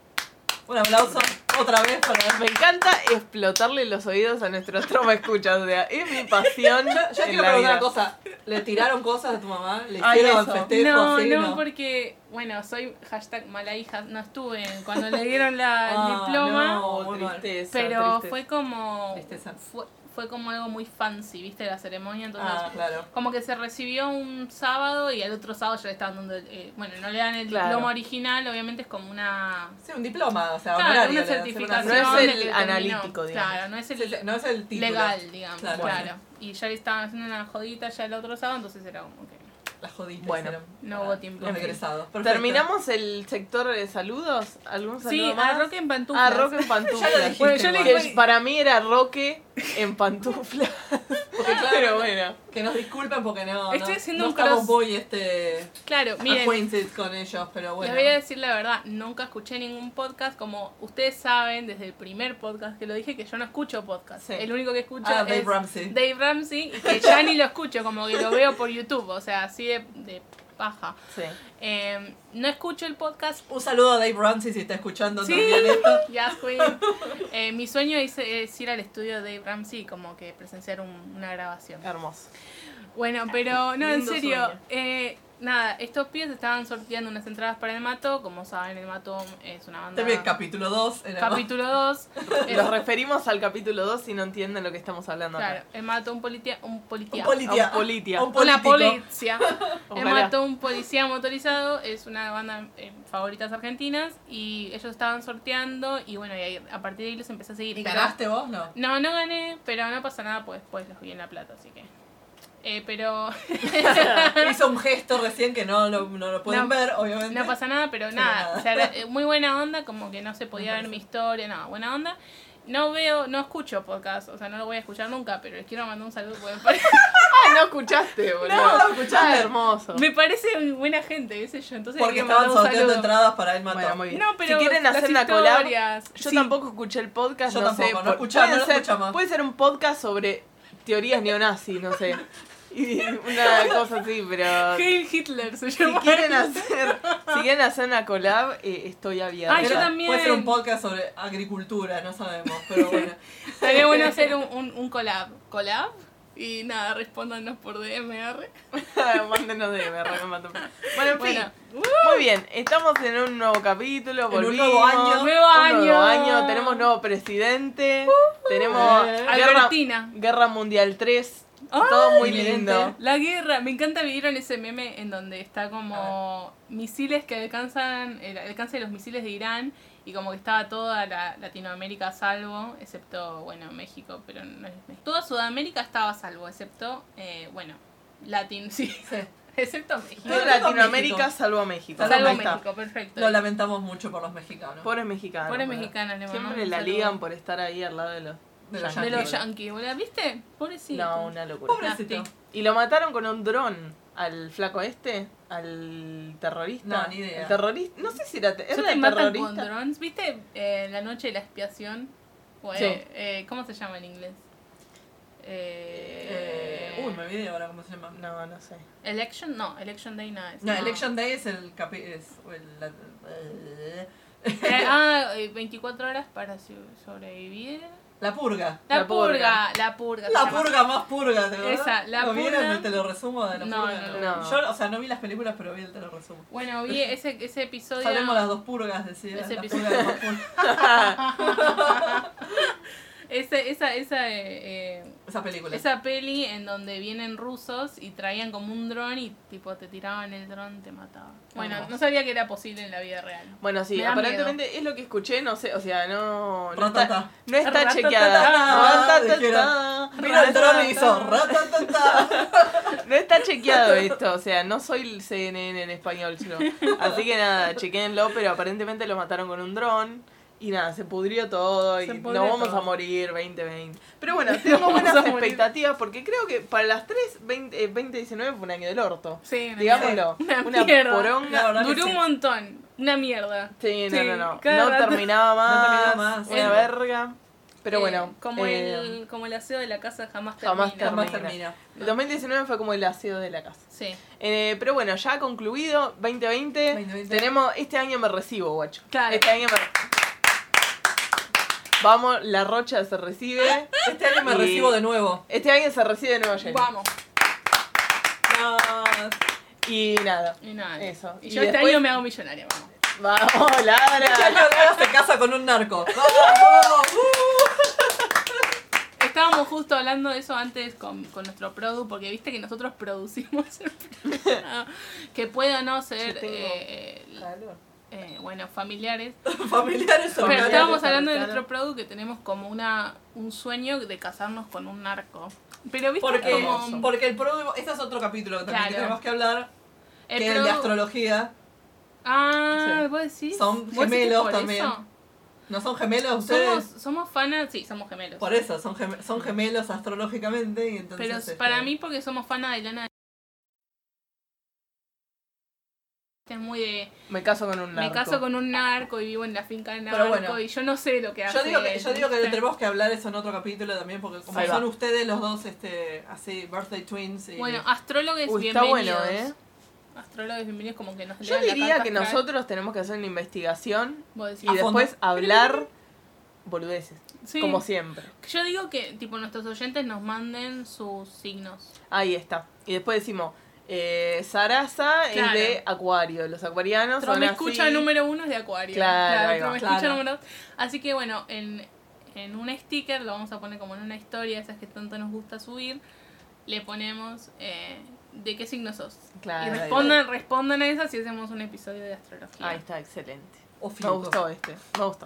[SPEAKER 3] Un aplauso otra vez para
[SPEAKER 1] Me encanta explotarle los oídos a nuestros troma escuchas, o sea, es mi pasión.
[SPEAKER 3] Yo, yo
[SPEAKER 1] en
[SPEAKER 3] quiero
[SPEAKER 1] la
[SPEAKER 3] preguntar
[SPEAKER 1] vida.
[SPEAKER 3] una cosa. ¿Le tiraron cosas a tu mamá? ¿Le
[SPEAKER 1] Ay,
[SPEAKER 3] hicieron
[SPEAKER 1] eso.
[SPEAKER 3] festejo?
[SPEAKER 2] no,
[SPEAKER 3] sí,
[SPEAKER 2] no, porque, bueno, soy hashtag mala hija, no estuve en- cuando le dieron la, el
[SPEAKER 3] Ah,
[SPEAKER 2] diploma,
[SPEAKER 3] no.
[SPEAKER 1] Oh,
[SPEAKER 3] Muy mal.
[SPEAKER 1] tristeza,
[SPEAKER 2] pero
[SPEAKER 1] tristeza.
[SPEAKER 2] fue como,
[SPEAKER 3] Tristeza.
[SPEAKER 2] fue, fue como algo muy fancy, viste, la ceremonia, entonces...
[SPEAKER 3] Ah, claro.
[SPEAKER 2] Como que se recibió un sábado y al otro sábado ya le estaban dando... el- eh, bueno, no le dan el
[SPEAKER 1] Claro.
[SPEAKER 2] diploma original, obviamente es como una...
[SPEAKER 3] Sí, un diploma, o sea,
[SPEAKER 2] Claro,
[SPEAKER 3] honorario,
[SPEAKER 2] una
[SPEAKER 3] le hacen
[SPEAKER 2] certificación.
[SPEAKER 1] No es
[SPEAKER 2] de
[SPEAKER 1] el
[SPEAKER 2] que terminó.
[SPEAKER 1] analítico, digamos.
[SPEAKER 2] Claro, no es el
[SPEAKER 3] Sí, sí, No es el título.
[SPEAKER 2] legal, digamos.
[SPEAKER 3] Claro.
[SPEAKER 2] Claro. Y ya le estaban haciendo una jodita ya el otro sábado, entonces era como que.
[SPEAKER 3] La jodiste.
[SPEAKER 1] Bueno,
[SPEAKER 3] hicieron.
[SPEAKER 2] no hubo tiempo.
[SPEAKER 3] Los
[SPEAKER 2] En fin.
[SPEAKER 3] egresados. Perfecto.
[SPEAKER 1] ¿Terminamos el sector de saludos? ¿Algún saludo
[SPEAKER 2] Sí,
[SPEAKER 1] más?
[SPEAKER 2] a Roque en pantuflas.
[SPEAKER 1] Ah, Roque en pantuflas.
[SPEAKER 3] Ya lo dijiste,
[SPEAKER 1] Bueno, yo le-
[SPEAKER 3] igual.
[SPEAKER 1] que para mí era Roque en pantuflas.
[SPEAKER 3] Porque claro,
[SPEAKER 1] Pero bueno.
[SPEAKER 3] que nos disculpen porque no,
[SPEAKER 2] Estoy
[SPEAKER 3] no,
[SPEAKER 2] haciendo
[SPEAKER 3] no
[SPEAKER 2] un
[SPEAKER 3] estamos
[SPEAKER 2] cross-
[SPEAKER 3] muy este,
[SPEAKER 2] Claro, miren.
[SPEAKER 3] acquainted con ellos, pero bueno. Ah,
[SPEAKER 2] Les voy a decir la verdad, nunca escuché ningún podcast, como ustedes saben, desde el primer podcast que lo dije, que yo no escucho podcast.
[SPEAKER 1] Sí.
[SPEAKER 2] El único que escucho
[SPEAKER 3] Ah,
[SPEAKER 2] es
[SPEAKER 3] Dave Ramsey.
[SPEAKER 2] Dave Ramsey, y que ya ni lo escucho, como que lo veo por YouTube, o sea, así de, de paja.
[SPEAKER 1] Sí.
[SPEAKER 2] Eh, no escucho el podcast
[SPEAKER 3] Un saludo a Dave Ramsey si está escuchando
[SPEAKER 2] Sí.
[SPEAKER 3] también esto.
[SPEAKER 2] Yes, queen. Eh, mi sueño es, es ir al estudio de Dave Ramsey y como que presenciar un- una grabación.
[SPEAKER 1] Hermoso.
[SPEAKER 2] Bueno, pero no, en
[SPEAKER 1] Lindo
[SPEAKER 2] serio.
[SPEAKER 1] sueño.
[SPEAKER 2] eh, nada, estos pies estaban sorteando unas entradas para el Mato. Como saben, el Mato es una banda.
[SPEAKER 3] También este capítulo 2. en el-
[SPEAKER 2] Ah. capítulo 2.
[SPEAKER 1] Los referimos al capítulo 2 si no entienden lo que estamos hablando
[SPEAKER 2] claro,
[SPEAKER 1] acá.
[SPEAKER 2] el Mato, un politia. Un politia.
[SPEAKER 3] Un politia.
[SPEAKER 1] A un politia.
[SPEAKER 3] Un
[SPEAKER 2] una
[SPEAKER 3] político.
[SPEAKER 2] policía. Él
[SPEAKER 1] Ojalá.
[SPEAKER 2] mató un policía motorizado, es una banda eh, favoritas argentinas y ellos estaban sorteando y bueno, y ahí- a partir de ahí los empecé a seguir.
[SPEAKER 3] ¿Y
[SPEAKER 2] pero-
[SPEAKER 3] ganaste vos? No.
[SPEAKER 2] No, no gané, pero no pasa nada, pues después los vi en la plata, así que. Eh, pero
[SPEAKER 3] Hizo un gesto recién que no lo, no lo pueden
[SPEAKER 2] No.
[SPEAKER 3] ver, obviamente.
[SPEAKER 2] no pasa nada, pero
[SPEAKER 3] nada.
[SPEAKER 2] nada. o sea, era, eh, muy buena onda, como que no se podía ver mi historia, nada, buena onda. No veo, no escucho podcast, o sea, no lo voy a escuchar nunca, pero les quiero mandar un saludo. porque me pare-
[SPEAKER 1] Ah, no escuchaste, boludo.
[SPEAKER 3] No, no escuchaste.
[SPEAKER 1] Ah, hermoso.
[SPEAKER 2] me parece buena gente, qué sé yo, entonces
[SPEAKER 3] Porque
[SPEAKER 2] les quiero
[SPEAKER 3] estaban
[SPEAKER 2] mandar un
[SPEAKER 3] sorteando
[SPEAKER 2] saludo.
[SPEAKER 3] entradas para el matón.
[SPEAKER 1] Bueno, muy bien.
[SPEAKER 2] No, pero
[SPEAKER 1] si quieren
[SPEAKER 2] las
[SPEAKER 1] hacer una collab,
[SPEAKER 2] historias,
[SPEAKER 1] yo
[SPEAKER 2] sí.
[SPEAKER 1] tampoco escuché el podcast,
[SPEAKER 3] Yo
[SPEAKER 1] no sé.
[SPEAKER 3] tampoco, no
[SPEAKER 1] por-
[SPEAKER 3] escuchá,
[SPEAKER 1] puede
[SPEAKER 3] no lo
[SPEAKER 1] ser-
[SPEAKER 3] escuchamos.
[SPEAKER 1] Puede ser un podcast sobre teorías neonazis, no sé. Y una cosa así, pero
[SPEAKER 2] Hail Hitler se
[SPEAKER 1] si
[SPEAKER 2] llama.
[SPEAKER 1] quieren hacer, si quieren hacer una collab, eh, estoy abierta.
[SPEAKER 2] Ay, yo
[SPEAKER 3] Pero
[SPEAKER 2] también.
[SPEAKER 3] Puede ser un podcast sobre agricultura, no sabemos, pero bueno.
[SPEAKER 2] Estaría bueno hacer un, un, un collab. ¿Collab? Y nada, respóndanos por DMR.
[SPEAKER 1] Ah, Mándenos de me re- me mató. Bueno, en fin.
[SPEAKER 2] Bueno,
[SPEAKER 1] Muy bien, estamos en un nuevo capítulo,
[SPEAKER 3] En un
[SPEAKER 1] volvimos.
[SPEAKER 3] nuevo
[SPEAKER 2] Nuevo
[SPEAKER 3] año.
[SPEAKER 1] Un nuevo
[SPEAKER 2] año.
[SPEAKER 1] año, tenemos nuevo presidente, tenemos
[SPEAKER 3] Eh.
[SPEAKER 1] guerra,
[SPEAKER 2] Albertina.
[SPEAKER 1] Guerra Mundial 3,
[SPEAKER 2] Ay,
[SPEAKER 1] todo muy
[SPEAKER 3] Inminente.
[SPEAKER 1] lindo.
[SPEAKER 2] La guerra, me encanta vivieron ese meme en donde está como misiles que alcanzan el alcance de los misiles de Irán y como que estaba toda la- Latinoamérica a salvo, excepto, bueno, México, pero no es México. Toda Sudamérica estaba a salvo, excepto, eh, bueno, Latin, sí,
[SPEAKER 3] Sí.
[SPEAKER 2] excepto México.
[SPEAKER 1] Toda
[SPEAKER 3] Salvo
[SPEAKER 1] Latinoamérica
[SPEAKER 3] México.
[SPEAKER 1] salvo a México.
[SPEAKER 3] Salvo
[SPEAKER 2] Salvo
[SPEAKER 1] Ahí está.
[SPEAKER 2] México, perfecto.
[SPEAKER 3] Lo lamentamos mucho por los mexicanos.
[SPEAKER 1] Pobres mexicanos.
[SPEAKER 2] Pobres
[SPEAKER 1] boludo.
[SPEAKER 2] mexicanos, le mandamos
[SPEAKER 1] Siempre
[SPEAKER 2] un
[SPEAKER 1] la
[SPEAKER 2] saludo.
[SPEAKER 1] ligan por estar ahí al lado de los.
[SPEAKER 3] De los
[SPEAKER 2] De los
[SPEAKER 3] yanquis.
[SPEAKER 2] yankees, boludo. ¿Viste? Pobrecito.
[SPEAKER 1] No, una locura.
[SPEAKER 3] Pobrecito.
[SPEAKER 2] Nasty.
[SPEAKER 1] Y lo mataron con un dron al flaco este, al terrorista.
[SPEAKER 3] No, ni idea.
[SPEAKER 1] El terrorista, no sé si era, te-
[SPEAKER 2] Yo
[SPEAKER 1] era
[SPEAKER 2] te
[SPEAKER 1] el
[SPEAKER 2] matan con
[SPEAKER 1] terrorista.
[SPEAKER 2] drones. ¿Viste eh, la noche de la expiación? O, eh,
[SPEAKER 1] Sí.
[SPEAKER 2] eh, ¿Cómo se llama en inglés? Eh,
[SPEAKER 3] Eh, uy, me olvidé ahora cómo se llama.
[SPEAKER 1] No, no sé.
[SPEAKER 2] Election, no, Election Day no es.
[SPEAKER 3] No, Election Day es el capi... Es el, la-
[SPEAKER 2] Eh, ah, eh, 24 horas para so- sobrevivir.
[SPEAKER 3] la purga.
[SPEAKER 2] La,
[SPEAKER 1] La
[SPEAKER 2] purga, la purga. se
[SPEAKER 3] La
[SPEAKER 2] llama.
[SPEAKER 3] purga más purga, ¿te acuerdas?
[SPEAKER 2] Esa, la
[SPEAKER 3] ¿Lo vieron
[SPEAKER 2] purga-
[SPEAKER 3] el te lo resumo de la
[SPEAKER 2] No,
[SPEAKER 3] purga?
[SPEAKER 2] no,
[SPEAKER 1] no. No.
[SPEAKER 3] Yo, o sea, no vi las películas, pero vi el te lo resumo.
[SPEAKER 2] Bueno, vi ese, ese episodio.
[SPEAKER 3] Salvemos las dos purgas, decía.
[SPEAKER 2] Ese
[SPEAKER 3] la
[SPEAKER 2] episodio.
[SPEAKER 3] purga y la más purga.
[SPEAKER 2] Ese- esa, esa, eh, eh,
[SPEAKER 3] Esa película.
[SPEAKER 2] esa peli en donde vienen rusos y traían como un dron y tipo te tiraban el dron, te mataban. Bueno,
[SPEAKER 3] Hermoso.
[SPEAKER 2] no sabía que era posible en la vida real.
[SPEAKER 1] Bueno, sí,
[SPEAKER 2] Me da
[SPEAKER 1] aparentemente es lo que escuché, no sé, o sea, no, no está,
[SPEAKER 3] Ratatá.
[SPEAKER 1] no está
[SPEAKER 2] Ratatá.
[SPEAKER 3] Ah,
[SPEAKER 1] chequeada.
[SPEAKER 3] Dijera.
[SPEAKER 1] Ratatá.
[SPEAKER 3] Mira el dron y hizo
[SPEAKER 1] Ratatá.
[SPEAKER 3] ratatatá.
[SPEAKER 1] No está chequeado esto, o sea, no soy el CNN en español yo. Así que nada, chequenlo, pero aparentemente lo mataron con un dron. Y nada, se pudrió todo y
[SPEAKER 2] Se
[SPEAKER 1] no
[SPEAKER 2] pudrió
[SPEAKER 1] vamos
[SPEAKER 2] todo.
[SPEAKER 1] a morir 2020. Pero bueno, tengo
[SPEAKER 2] Vamos a
[SPEAKER 1] buenas
[SPEAKER 2] morir.
[SPEAKER 1] expectativas porque creo que para las 3, 20, eh, 2019 fue un año del orto.
[SPEAKER 2] Sí, una mierda.
[SPEAKER 1] Digámoslo,
[SPEAKER 2] Una
[SPEAKER 1] una
[SPEAKER 2] mierda.
[SPEAKER 3] La
[SPEAKER 1] poronga.
[SPEAKER 3] verdad que
[SPEAKER 2] Duró
[SPEAKER 3] sí.
[SPEAKER 2] un montón. Una mierda.
[SPEAKER 1] Sí, no,
[SPEAKER 2] Sí,
[SPEAKER 1] no, no.
[SPEAKER 2] cada
[SPEAKER 1] No
[SPEAKER 2] rato.
[SPEAKER 1] terminaba más.
[SPEAKER 3] terminaba más.
[SPEAKER 1] Una
[SPEAKER 2] El-
[SPEAKER 1] verga. Pero
[SPEAKER 2] Eh,
[SPEAKER 1] bueno.
[SPEAKER 2] Como,
[SPEAKER 1] eh,
[SPEAKER 2] el, como el aseo de la casa jamás termina.
[SPEAKER 1] jamás
[SPEAKER 3] Jamás termina.
[SPEAKER 1] el 2019 fue como el ácido de la casa.
[SPEAKER 2] Sí.
[SPEAKER 1] Eh, pero bueno, ya concluido 2020,
[SPEAKER 3] 2020.
[SPEAKER 1] Tenemos este año me recibo, guacho.
[SPEAKER 2] Claro.
[SPEAKER 1] Este año me Vamos, la rocha se recibe.
[SPEAKER 3] Este año me
[SPEAKER 1] Y-
[SPEAKER 3] recibo de nuevo.
[SPEAKER 1] Este año se recibe de nuevo Jenny.
[SPEAKER 2] Vamos.
[SPEAKER 1] Y nada.
[SPEAKER 2] Y nada.
[SPEAKER 1] Eso.
[SPEAKER 2] Y,
[SPEAKER 1] Y
[SPEAKER 2] yo este
[SPEAKER 1] después-
[SPEAKER 2] año me hago millonaria, vamos.
[SPEAKER 1] Vamos,
[SPEAKER 3] Este año
[SPEAKER 1] Lara.
[SPEAKER 3] Lara se casa con un narco. ¡Vamos!
[SPEAKER 2] Estábamos justo hablando de eso antes con, con nuestro produ, porque viste que nosotros producimos el programa. que pueda no ser
[SPEAKER 1] Yo tengo-
[SPEAKER 2] eh, eh, eh, bueno familiares.
[SPEAKER 3] Familiares o
[SPEAKER 2] Pero
[SPEAKER 1] Familiares,
[SPEAKER 2] estábamos
[SPEAKER 1] claro,
[SPEAKER 2] hablando de
[SPEAKER 1] claro.
[SPEAKER 2] nuestro produ que tenemos como una un sueño de casarnos con un narco. Pero viste
[SPEAKER 3] Porque,
[SPEAKER 2] como
[SPEAKER 3] porque el próximo. Este es otro capítulo también
[SPEAKER 2] Claro.
[SPEAKER 3] que tenemos que hablar.
[SPEAKER 2] el
[SPEAKER 3] que es el de
[SPEAKER 2] produ-
[SPEAKER 3] astrología.
[SPEAKER 2] Ah,
[SPEAKER 1] Sí.
[SPEAKER 2] vos decís.
[SPEAKER 3] Son
[SPEAKER 2] ¿Vos decís que
[SPEAKER 3] gemelos
[SPEAKER 2] por
[SPEAKER 3] también.
[SPEAKER 2] eso?
[SPEAKER 3] ¿No son gemelos ustedes?
[SPEAKER 2] Somos, somos fanas, sí, somos gemelos.
[SPEAKER 3] Por eso, son, gem- son gemelos astrológicamente. Y entonces,
[SPEAKER 2] Pero
[SPEAKER 3] este,
[SPEAKER 2] para mí, porque somos fanas de Lana. Es muy de.
[SPEAKER 1] Me caso con un narco.
[SPEAKER 2] Me caso con un narco y vivo en la finca del narco
[SPEAKER 3] Pero bueno.
[SPEAKER 2] y yo no sé lo que hace.
[SPEAKER 3] Yo digo que, yo
[SPEAKER 2] él.
[SPEAKER 3] digo que tenemos que hablar eso en otro capítulo también, porque como
[SPEAKER 1] Ahí va.
[SPEAKER 3] son ustedes los dos, este, así, birthday twins. Y...
[SPEAKER 2] Bueno, astrólogos
[SPEAKER 1] Uy, está
[SPEAKER 2] bienvenidos.
[SPEAKER 1] bueno, ¿eh?
[SPEAKER 2] Astrólogos bienvenidos, como que nos
[SPEAKER 1] Yo
[SPEAKER 2] lean la
[SPEAKER 1] diría
[SPEAKER 2] carta
[SPEAKER 1] que
[SPEAKER 2] astral.
[SPEAKER 1] nosotros tenemos que hacer una investigación
[SPEAKER 2] Vos decís.
[SPEAKER 1] y
[SPEAKER 3] A fondo.
[SPEAKER 1] después hablar boludeces,
[SPEAKER 2] Sí.
[SPEAKER 1] como siempre.
[SPEAKER 2] Yo digo que tipo nuestros oyentes nos manden sus signos.
[SPEAKER 1] Ahí está. Y después decimos, eh, Sarasa es
[SPEAKER 2] Claro.
[SPEAKER 1] de Acuario. Los acuarianos
[SPEAKER 2] Pero
[SPEAKER 1] son
[SPEAKER 2] me
[SPEAKER 1] así.
[SPEAKER 2] escucha número uno es de Acuario.
[SPEAKER 1] Claro, ahí va.
[SPEAKER 2] me escucha
[SPEAKER 3] Claro.
[SPEAKER 2] número dos. Así que bueno, en, en un sticker, lo vamos a poner como en una historia, esas que tanto nos gusta subir, le ponemos eh, de qué signo sos.
[SPEAKER 1] Claro,
[SPEAKER 2] y
[SPEAKER 1] ahí va.
[SPEAKER 2] respondan, respondan a esas y hacemos un episodio de astrología.
[SPEAKER 1] Ahí está, excelente.
[SPEAKER 3] O
[SPEAKER 1] Me
[SPEAKER 3] fiuto.
[SPEAKER 1] gustó este, me gustó.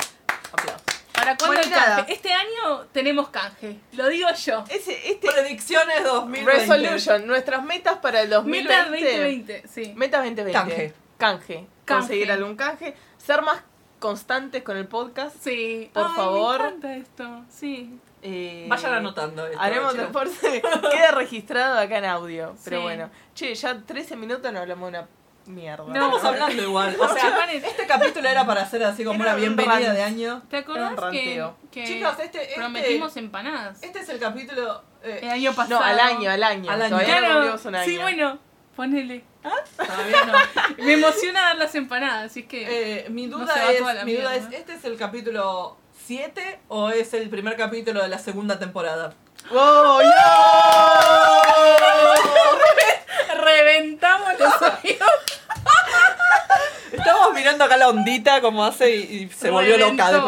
[SPEAKER 1] Aplausos.
[SPEAKER 2] ¿Para cuándo
[SPEAKER 1] Bueno,
[SPEAKER 2] el
[SPEAKER 1] nada.
[SPEAKER 2] canje? Este año tenemos canje, lo digo yo.
[SPEAKER 1] Ese, este
[SPEAKER 3] Predicciones 2020.
[SPEAKER 1] Resolution, nuestras metas para el 2020.
[SPEAKER 2] Meta 2020, sí.
[SPEAKER 1] Metas 2020.
[SPEAKER 3] Canje.
[SPEAKER 1] Canje. Conseguir
[SPEAKER 2] Canje.
[SPEAKER 1] algún canje. Ser más constantes con el podcast.
[SPEAKER 2] Sí.
[SPEAKER 1] Por
[SPEAKER 2] Ay,
[SPEAKER 1] favor.
[SPEAKER 2] Me encanta esto, sí.
[SPEAKER 1] Eh,
[SPEAKER 3] Vayan anotando. esto,
[SPEAKER 1] Haremos
[SPEAKER 3] chicos.
[SPEAKER 1] después. Queda registrado acá en audio. Pero
[SPEAKER 2] Sí.
[SPEAKER 1] bueno. Che, ya 13 minutos no hablamos de una mierda.
[SPEAKER 2] No.
[SPEAKER 3] Estamos hablando igual. O
[SPEAKER 2] Che,
[SPEAKER 3] sea,
[SPEAKER 2] Vane,
[SPEAKER 3] este capítulo era para hacer así como
[SPEAKER 1] Era
[SPEAKER 3] una
[SPEAKER 1] un
[SPEAKER 3] bienvenida
[SPEAKER 1] rant.
[SPEAKER 3] de año.
[SPEAKER 2] ¿Te acordás
[SPEAKER 1] Era un
[SPEAKER 2] que,
[SPEAKER 1] ranteo.
[SPEAKER 2] que
[SPEAKER 3] Chicos, este, este-
[SPEAKER 2] Eh, prometimos empanadas?
[SPEAKER 3] este es el capítulo. eh,
[SPEAKER 2] El año pasado.
[SPEAKER 1] No, al año, al año.
[SPEAKER 3] Al año.
[SPEAKER 1] Todavía no
[SPEAKER 2] Claro.
[SPEAKER 1] cumplimos un año. ¿Ah?
[SPEAKER 2] Sí, bueno, ponele.
[SPEAKER 3] todavía no.
[SPEAKER 2] Me emociona dar las empanadas, así que.
[SPEAKER 3] Eh, mi
[SPEAKER 2] No
[SPEAKER 3] duda,
[SPEAKER 2] se va toda la
[SPEAKER 3] es, mi duda
[SPEAKER 2] mierda.
[SPEAKER 3] es, ¿este es el capítulo 7 o es el primer capítulo de la segunda temporada?
[SPEAKER 1] ¡Wow! ¡No!
[SPEAKER 2] Reventamos los oídos.
[SPEAKER 3] Estamos mirando acá la ondita como hace y, y se volvió loca de
[SPEAKER 2] Reventó.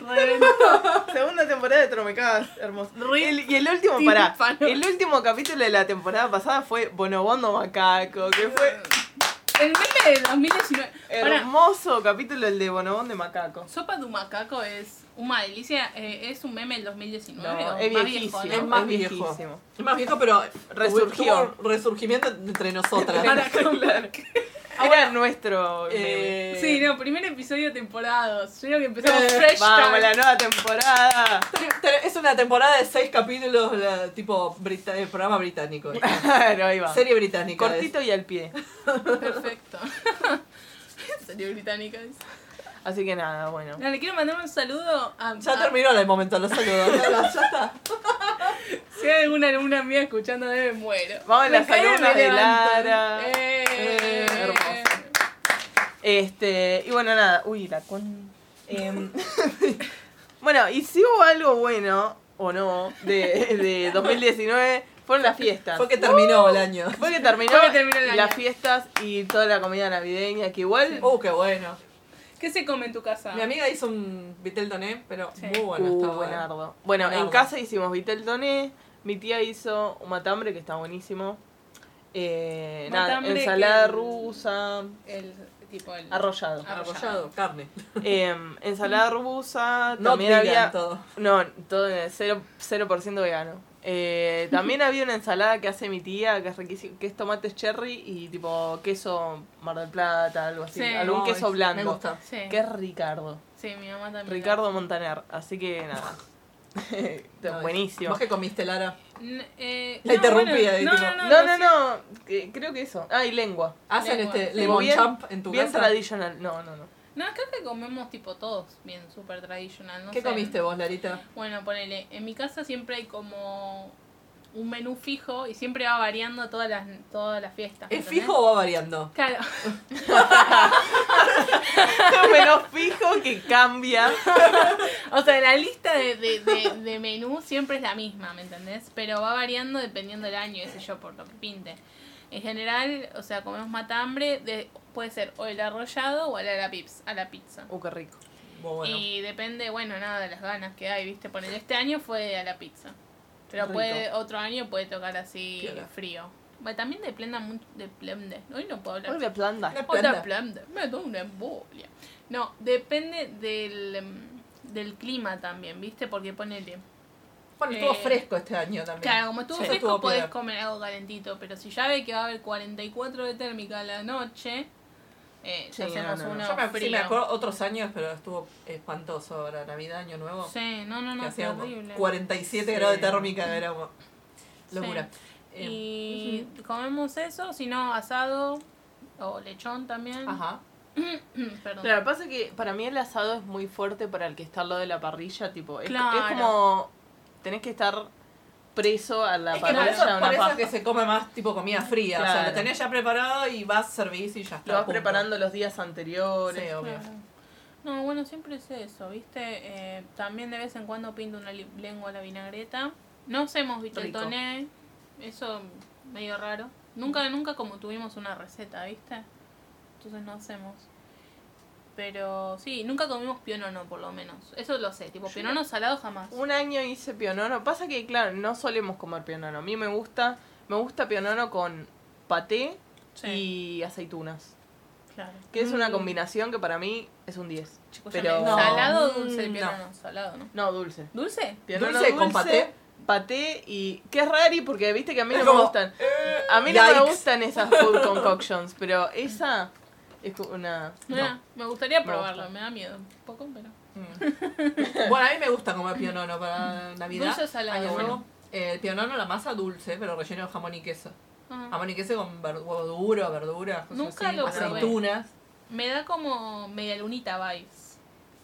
[SPEAKER 3] pronto.
[SPEAKER 2] Reventó.
[SPEAKER 1] Segunda temporada de Tromecabas, hermoso.
[SPEAKER 2] Re-
[SPEAKER 1] El- y el último,
[SPEAKER 2] Tim
[SPEAKER 1] pará.
[SPEAKER 2] Fano.
[SPEAKER 1] El último capítulo de la temporada pasada fue Bonobondo Macaco, que fue
[SPEAKER 2] El meme de 2019. Pará,
[SPEAKER 1] hermoso capítulo el de Bonobondo de Macaco.
[SPEAKER 2] Sopa de macaco es una delicia. eh, es un meme del 2019.
[SPEAKER 1] No,
[SPEAKER 2] o
[SPEAKER 1] es
[SPEAKER 2] más
[SPEAKER 1] viejísimo,
[SPEAKER 2] viejo,
[SPEAKER 1] es
[SPEAKER 2] ¿no?
[SPEAKER 1] más
[SPEAKER 3] Es viejo.
[SPEAKER 1] viejísimo.
[SPEAKER 3] Es más viejo, pero
[SPEAKER 1] Resurgió.
[SPEAKER 3] tuvo un resurgimiento entre nosotras.
[SPEAKER 2] Para
[SPEAKER 1] Claro.
[SPEAKER 2] Ah,
[SPEAKER 1] Era nuestro. meme.
[SPEAKER 3] Eh,
[SPEAKER 2] Sí, no, primer episodio temporada. Yo creo que empezamos
[SPEAKER 3] Eh,
[SPEAKER 2] fresh.
[SPEAKER 1] Vamos,
[SPEAKER 2] start.
[SPEAKER 1] la nueva temporada.
[SPEAKER 3] te- Es una temporada de seis capítulos, la- tipo brita- eh, programa británico. eh.
[SPEAKER 1] Claro, ahí va.
[SPEAKER 3] Serie británica. es.
[SPEAKER 1] Cortito y al pie.
[SPEAKER 2] Perfecto. Serie británica. es.
[SPEAKER 1] Así que nada, bueno.
[SPEAKER 2] No, le quiero mandar un saludo a.
[SPEAKER 3] Ya
[SPEAKER 2] a-
[SPEAKER 3] terminó el momento, los saludos. Ya la- ya está.
[SPEAKER 2] Si hay alguna alumna mía escuchando, debe muero.
[SPEAKER 1] Vamos a
[SPEAKER 2] Me
[SPEAKER 1] las
[SPEAKER 2] cae,
[SPEAKER 1] alumnas
[SPEAKER 2] me
[SPEAKER 1] de
[SPEAKER 2] levanto.
[SPEAKER 1] Lara.
[SPEAKER 2] Eh.
[SPEAKER 1] Eh, hermoso. Este, y bueno, nada, uy, la con... em, bueno, y si hubo algo bueno, o no, de, de 2019, fueron las fiestas.
[SPEAKER 3] Fue que terminó el año.
[SPEAKER 1] Fue que terminó,
[SPEAKER 2] Fue que terminó el año.
[SPEAKER 3] Oh,
[SPEAKER 1] las fiestas y toda la comida navideña, que igual...
[SPEAKER 3] Uh, qué bueno.
[SPEAKER 2] ¿Qué se come en tu casa?
[SPEAKER 3] Mi amiga hizo un vitel doné, pero
[SPEAKER 2] Sí.
[SPEAKER 3] muy bueno
[SPEAKER 1] Uh,
[SPEAKER 3] estaba.
[SPEAKER 1] buenardo. Bueno,
[SPEAKER 3] Buenardo.
[SPEAKER 1] en casa hicimos vitel doné, mi tía hizo un matambre que está buenísimo. Eh, nada,
[SPEAKER 2] Matambre
[SPEAKER 1] ensalada
[SPEAKER 2] que-
[SPEAKER 1] rusa,
[SPEAKER 2] El tipo el
[SPEAKER 1] arrollado.
[SPEAKER 2] Ah.
[SPEAKER 3] Arrollado, carne.
[SPEAKER 1] Em, ensalada rusa,
[SPEAKER 3] No
[SPEAKER 1] también
[SPEAKER 3] vegan
[SPEAKER 1] había...
[SPEAKER 3] todo.
[SPEAKER 1] No, todo en el cero- 0%, vegano. Eh, también había una ensalada que hace mi tía, que es riquísima, que es tomates cherry y tipo queso Mar del Plata, algo así,
[SPEAKER 2] Sí.
[SPEAKER 1] algún
[SPEAKER 3] Ay,
[SPEAKER 1] queso
[SPEAKER 3] Me
[SPEAKER 1] blanco.
[SPEAKER 3] gusta.
[SPEAKER 2] Sí.
[SPEAKER 1] Que es Ricardo,
[SPEAKER 2] Sí, mi mamá también.
[SPEAKER 1] Ricardo Montaner, así que nada. Está
[SPEAKER 3] No,
[SPEAKER 1] Buenísimo.
[SPEAKER 3] ¿Vos qué comiste, Lara?
[SPEAKER 2] N- eh,
[SPEAKER 3] La interrumpí
[SPEAKER 2] bueno,
[SPEAKER 3] ahí,
[SPEAKER 2] no,
[SPEAKER 3] tipo,
[SPEAKER 2] no, no,
[SPEAKER 1] No,
[SPEAKER 2] no,
[SPEAKER 1] no,
[SPEAKER 2] sí.
[SPEAKER 1] no, que- creo que eso. Ah, y lengua.
[SPEAKER 3] ¿Hacen
[SPEAKER 2] Lengua,
[SPEAKER 3] este
[SPEAKER 2] sí.
[SPEAKER 3] lemon
[SPEAKER 1] Bien-
[SPEAKER 3] champ en tu
[SPEAKER 1] Bien
[SPEAKER 3] casa?
[SPEAKER 1] tradicional. No, no, no.
[SPEAKER 2] No, creo que comemos tipo todos bien, súper tradicional. No
[SPEAKER 3] ¿Qué
[SPEAKER 2] sé.
[SPEAKER 3] comiste vos, Larita?
[SPEAKER 2] Bueno, ponele, en mi casa siempre hay como un menú fijo y siempre va variando todas las, todas las fiestas.
[SPEAKER 3] ¿Es
[SPEAKER 2] ¿entendés?
[SPEAKER 3] fijo o va variando?
[SPEAKER 2] Claro,
[SPEAKER 1] Menos fijo que cambia.
[SPEAKER 2] o sea, la lista de, de, de, de menú siempre es la misma, ¿me entendés? Pero va variando dependiendo del año, qué sé yo, por lo que pinte. En general, o sea, comemos matambre, de- puede ser o el arrollado o a la, a la pips- a la pizza.
[SPEAKER 1] Uh, qué rico.
[SPEAKER 3] Muy bueno.
[SPEAKER 2] Y depende, bueno, nada de las ganas que hay, ¿viste? Poner este año fue a la pizza. Pero
[SPEAKER 3] Rico.
[SPEAKER 2] puede otro año puede tocar así
[SPEAKER 3] Piola.
[SPEAKER 2] frío. Bueno, también depende mucho de plende. Hoy no puedo hablar.
[SPEAKER 1] Hoy me planta.
[SPEAKER 3] Una
[SPEAKER 2] Otra
[SPEAKER 3] planta.
[SPEAKER 2] plende. Me da una embolia. No, depende del, em, del clima también, ¿viste? Porque ponele.
[SPEAKER 3] Bueno, estuvo
[SPEAKER 2] Eh,
[SPEAKER 3] fresco este año también.
[SPEAKER 2] Claro, como estuvo
[SPEAKER 3] Sí.
[SPEAKER 2] fresco
[SPEAKER 3] Estuvo
[SPEAKER 2] podés
[SPEAKER 3] piola.
[SPEAKER 2] comer algo calentito, pero si ya ve que va a haber 44 de térmica a la noche, eh,
[SPEAKER 1] Sí,
[SPEAKER 2] ya hacemos
[SPEAKER 1] no, no, no.
[SPEAKER 2] uno
[SPEAKER 3] Yo me, sí
[SPEAKER 2] frío.
[SPEAKER 3] me acuerdo otros años, pero estuvo espantoso ahora, Navidad, Año Nuevo.
[SPEAKER 2] Sí, no, no,
[SPEAKER 3] que
[SPEAKER 2] no, es
[SPEAKER 3] hacía como
[SPEAKER 2] horrible.
[SPEAKER 3] 47
[SPEAKER 1] Sí.
[SPEAKER 3] grados de térmica, era como locura. Eh,
[SPEAKER 2] Y comemos eso, si no, asado o lechón también.
[SPEAKER 3] Em, Ajá.
[SPEAKER 2] Perdón.
[SPEAKER 1] Claro, pasa que para mí el asado es muy fuerte para el que está al lado de la parrilla, tipo, es,
[SPEAKER 2] Claro.
[SPEAKER 1] es como tenés que estar preso a la
[SPEAKER 3] Es que por
[SPEAKER 1] parrilla
[SPEAKER 3] eso,
[SPEAKER 1] de una
[SPEAKER 3] por eso
[SPEAKER 1] paja.
[SPEAKER 3] es que se come más tipo comida fría. O sea,
[SPEAKER 1] Claro.
[SPEAKER 3] lo tenés ya preparado y vas, servís y ya está.
[SPEAKER 1] Lo vas
[SPEAKER 3] punto.
[SPEAKER 1] preparando los días
[SPEAKER 3] Sí,
[SPEAKER 1] anteriores.
[SPEAKER 3] obvio.
[SPEAKER 2] Claro. No, bueno, siempre es eso, ¿viste? Eh, también de vez en cuando pinto una li- lengua a la vinagreta. No hacemos el
[SPEAKER 3] Rico.
[SPEAKER 2] toné, eso medio raro. Nunca, nunca como tuvimos una receta, ¿viste? Entonces no hacemos. Pero sí, nunca comimos pionono por lo menos. Eso lo sé, tipo pionono salado jamás.
[SPEAKER 1] Un año hice pionono. Pasa que, claro, no solemos comer pionono. A mí me gusta, me gusta pionono con paté
[SPEAKER 2] Sí,
[SPEAKER 1] y aceitunas.
[SPEAKER 2] claro.
[SPEAKER 1] Que es una
[SPEAKER 3] Mm.
[SPEAKER 1] combinación que para mí es un 10.
[SPEAKER 2] Chicos,
[SPEAKER 1] Pero-
[SPEAKER 2] ya me- ¿Salado o
[SPEAKER 3] No.
[SPEAKER 2] dulce el
[SPEAKER 3] Mm,
[SPEAKER 2] pionono? Salado, ¿no?
[SPEAKER 1] No, dulce.
[SPEAKER 2] ¿Dulce?
[SPEAKER 1] Pionono
[SPEAKER 3] Dulce con paté.
[SPEAKER 1] Paté y... Que es raro porque viste que a mí
[SPEAKER 3] Es
[SPEAKER 1] no
[SPEAKER 3] como,
[SPEAKER 1] me gustan. A mí no
[SPEAKER 3] yikes.
[SPEAKER 1] me gustan esas food concoctions, pero esa es como una...
[SPEAKER 2] Mirá, me gustaría
[SPEAKER 1] gusta.
[SPEAKER 2] probarlo, me da miedo. Un poco, pero.
[SPEAKER 3] Mm. bueno, a mí me gusta comer pionono para Navidad.
[SPEAKER 2] Dulce o salado,
[SPEAKER 3] Año
[SPEAKER 2] bueno.
[SPEAKER 3] Nuevo. Eh, el pionono, la masa dulce, pero relleno de jamón y queso.
[SPEAKER 2] Ah.
[SPEAKER 3] Jamón y queso con ver- huevo duro, verduras, cosas
[SPEAKER 2] Nunca
[SPEAKER 3] así,
[SPEAKER 2] lo
[SPEAKER 1] probé.
[SPEAKER 3] aceitunas.
[SPEAKER 2] Me da como media lunita vibes.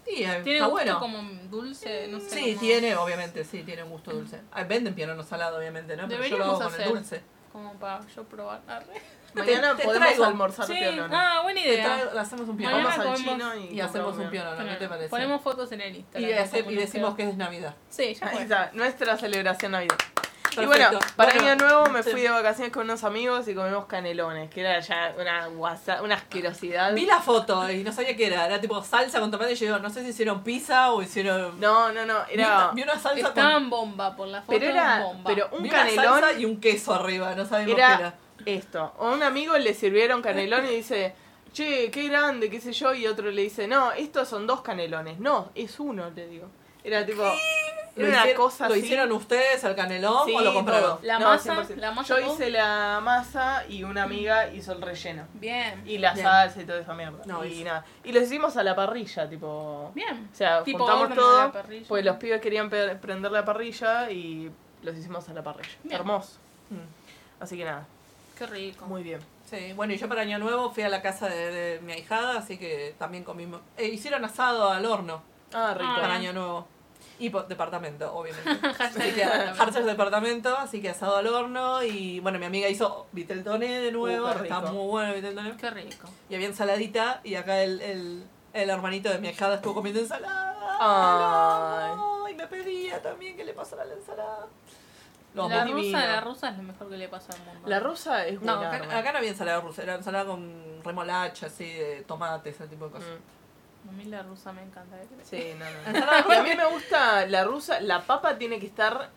[SPEAKER 3] Sí, eh,
[SPEAKER 2] Tiene
[SPEAKER 3] está
[SPEAKER 2] gusto
[SPEAKER 3] bueno.
[SPEAKER 2] como dulce, no sé.
[SPEAKER 3] Sí,
[SPEAKER 2] como,
[SPEAKER 3] tiene, obviamente, sí, tiene un gusto dulce. Ah, Venden pionono salado, obviamente, ¿no? Pero yo lo hago
[SPEAKER 2] Deberíamos
[SPEAKER 3] con el
[SPEAKER 2] hacer.
[SPEAKER 3] dulce.
[SPEAKER 2] Como para yo probar. Arre.
[SPEAKER 1] Mañana
[SPEAKER 3] te
[SPEAKER 1] podemos
[SPEAKER 3] traigo.
[SPEAKER 1] almorzar
[SPEAKER 2] Sí,
[SPEAKER 1] pionono.
[SPEAKER 2] ah, buena
[SPEAKER 3] Te
[SPEAKER 2] idea.
[SPEAKER 3] traigo- hacemos un pionono
[SPEAKER 1] Vamos
[SPEAKER 2] mañana
[SPEAKER 1] al
[SPEAKER 2] comemos-
[SPEAKER 1] chino y,
[SPEAKER 3] y hacemos un
[SPEAKER 1] compramos
[SPEAKER 3] pionono, ¿qué te parece?
[SPEAKER 2] Ponemos fotos en el Instagram.
[SPEAKER 3] y, hace-
[SPEAKER 2] hacemos
[SPEAKER 3] y
[SPEAKER 2] un
[SPEAKER 3] decimos
[SPEAKER 2] video.
[SPEAKER 3] que es Navidad.
[SPEAKER 2] Sí, ya
[SPEAKER 1] Ahí
[SPEAKER 2] fue.
[SPEAKER 1] está, nuestra celebración navideña. Y
[SPEAKER 3] Perfecto.
[SPEAKER 1] bueno, para
[SPEAKER 3] Bueno,
[SPEAKER 1] año nuevo me
[SPEAKER 3] sí.
[SPEAKER 1] fui de vacaciones con unos amigos y comimos canelones, que era ya una guasa, una asquerosidad.
[SPEAKER 3] Vi la foto y no sabía qué era. Era tipo salsa con tomate y yo digo, no sé si hicieron pizza o hicieron.
[SPEAKER 1] No, no, no,
[SPEAKER 3] Vi una-
[SPEAKER 1] era
[SPEAKER 3] Vi una salsa con.
[SPEAKER 2] Estaban bomba por la foto.
[SPEAKER 1] Pero era
[SPEAKER 2] bomba.
[SPEAKER 1] pero un
[SPEAKER 3] vi una
[SPEAKER 1] canelón
[SPEAKER 3] salsa y un queso arriba, no sabemos qué
[SPEAKER 1] era
[SPEAKER 3] era.
[SPEAKER 1] esto. A un amigo le sirvieron canelón y dice, "Che, qué grande, qué sé yo." Y otro le dice, "No, estos son dos canelones." No, es uno, le digo. Era tipo
[SPEAKER 3] Lo
[SPEAKER 1] era una
[SPEAKER 3] hicieron-
[SPEAKER 1] cosa
[SPEAKER 3] ¿Lo
[SPEAKER 1] así.
[SPEAKER 3] hicieron ustedes al canelón
[SPEAKER 1] Sí,
[SPEAKER 3] o lo compraron?
[SPEAKER 1] todo.
[SPEAKER 2] La
[SPEAKER 1] No,
[SPEAKER 2] masa,
[SPEAKER 1] 100%.
[SPEAKER 2] la masa.
[SPEAKER 1] Yo
[SPEAKER 2] todo.
[SPEAKER 1] hice la masa y una amiga hizo el relleno.
[SPEAKER 2] Bien.
[SPEAKER 1] Y la
[SPEAKER 3] Bien.
[SPEAKER 1] salsa y toda esa mierda.
[SPEAKER 3] No,
[SPEAKER 1] y
[SPEAKER 3] es-
[SPEAKER 1] nada. Y lo hicimos a la parrilla, tipo.
[SPEAKER 2] Bien.
[SPEAKER 1] O sea,
[SPEAKER 2] Tipo
[SPEAKER 1] juntamos
[SPEAKER 2] horno, la
[SPEAKER 1] todo.
[SPEAKER 2] parrilla.
[SPEAKER 1] Pues los pibes querían pe- prender la parrilla y los hicimos a la parrilla.
[SPEAKER 2] Bien.
[SPEAKER 1] Hermoso.
[SPEAKER 3] Mm.
[SPEAKER 1] Así que nada,
[SPEAKER 2] Qué rico.
[SPEAKER 1] muy bien.
[SPEAKER 3] Sí, bueno, y yo para Año Nuevo fui a la casa de, de mi ahijada, así que también comimos. eh, hicieron asado al horno
[SPEAKER 1] Ah, rico.
[SPEAKER 2] Ah.
[SPEAKER 3] para Año Nuevo. Y po- departamento, obviamente.
[SPEAKER 2] Hashtag
[SPEAKER 3] Así que,
[SPEAKER 2] departamento.
[SPEAKER 3] Harchers departamento, así que asado al horno. Y bueno, mi amiga hizo vitel toné de nuevo,
[SPEAKER 1] Uh, qué
[SPEAKER 3] que está
[SPEAKER 1] rico.
[SPEAKER 3] muy bueno el vitel toné.
[SPEAKER 2] Qué rico.
[SPEAKER 3] Y había ensaladita, y acá el, el, el hermanito de mi ahijada estuvo comiendo ensalada.
[SPEAKER 1] Ay.
[SPEAKER 3] No, y me pedía también que le pasara la ensalada. Lo
[SPEAKER 2] la
[SPEAKER 1] es
[SPEAKER 3] amo.
[SPEAKER 1] divino.
[SPEAKER 2] rusa, la rusa es lo mejor que le pasa al mundo.
[SPEAKER 1] La rusa es
[SPEAKER 3] No,
[SPEAKER 1] buena. Mm.
[SPEAKER 3] acá, acá no había ensalada rusa, era ensalada con remolacha, así, de tomate, ese tipo de cosas.
[SPEAKER 2] A mí la rusa me encanta. ¿eh?
[SPEAKER 1] Sí, no, no. Y a mí me gusta la rusa, la papa tiene que estar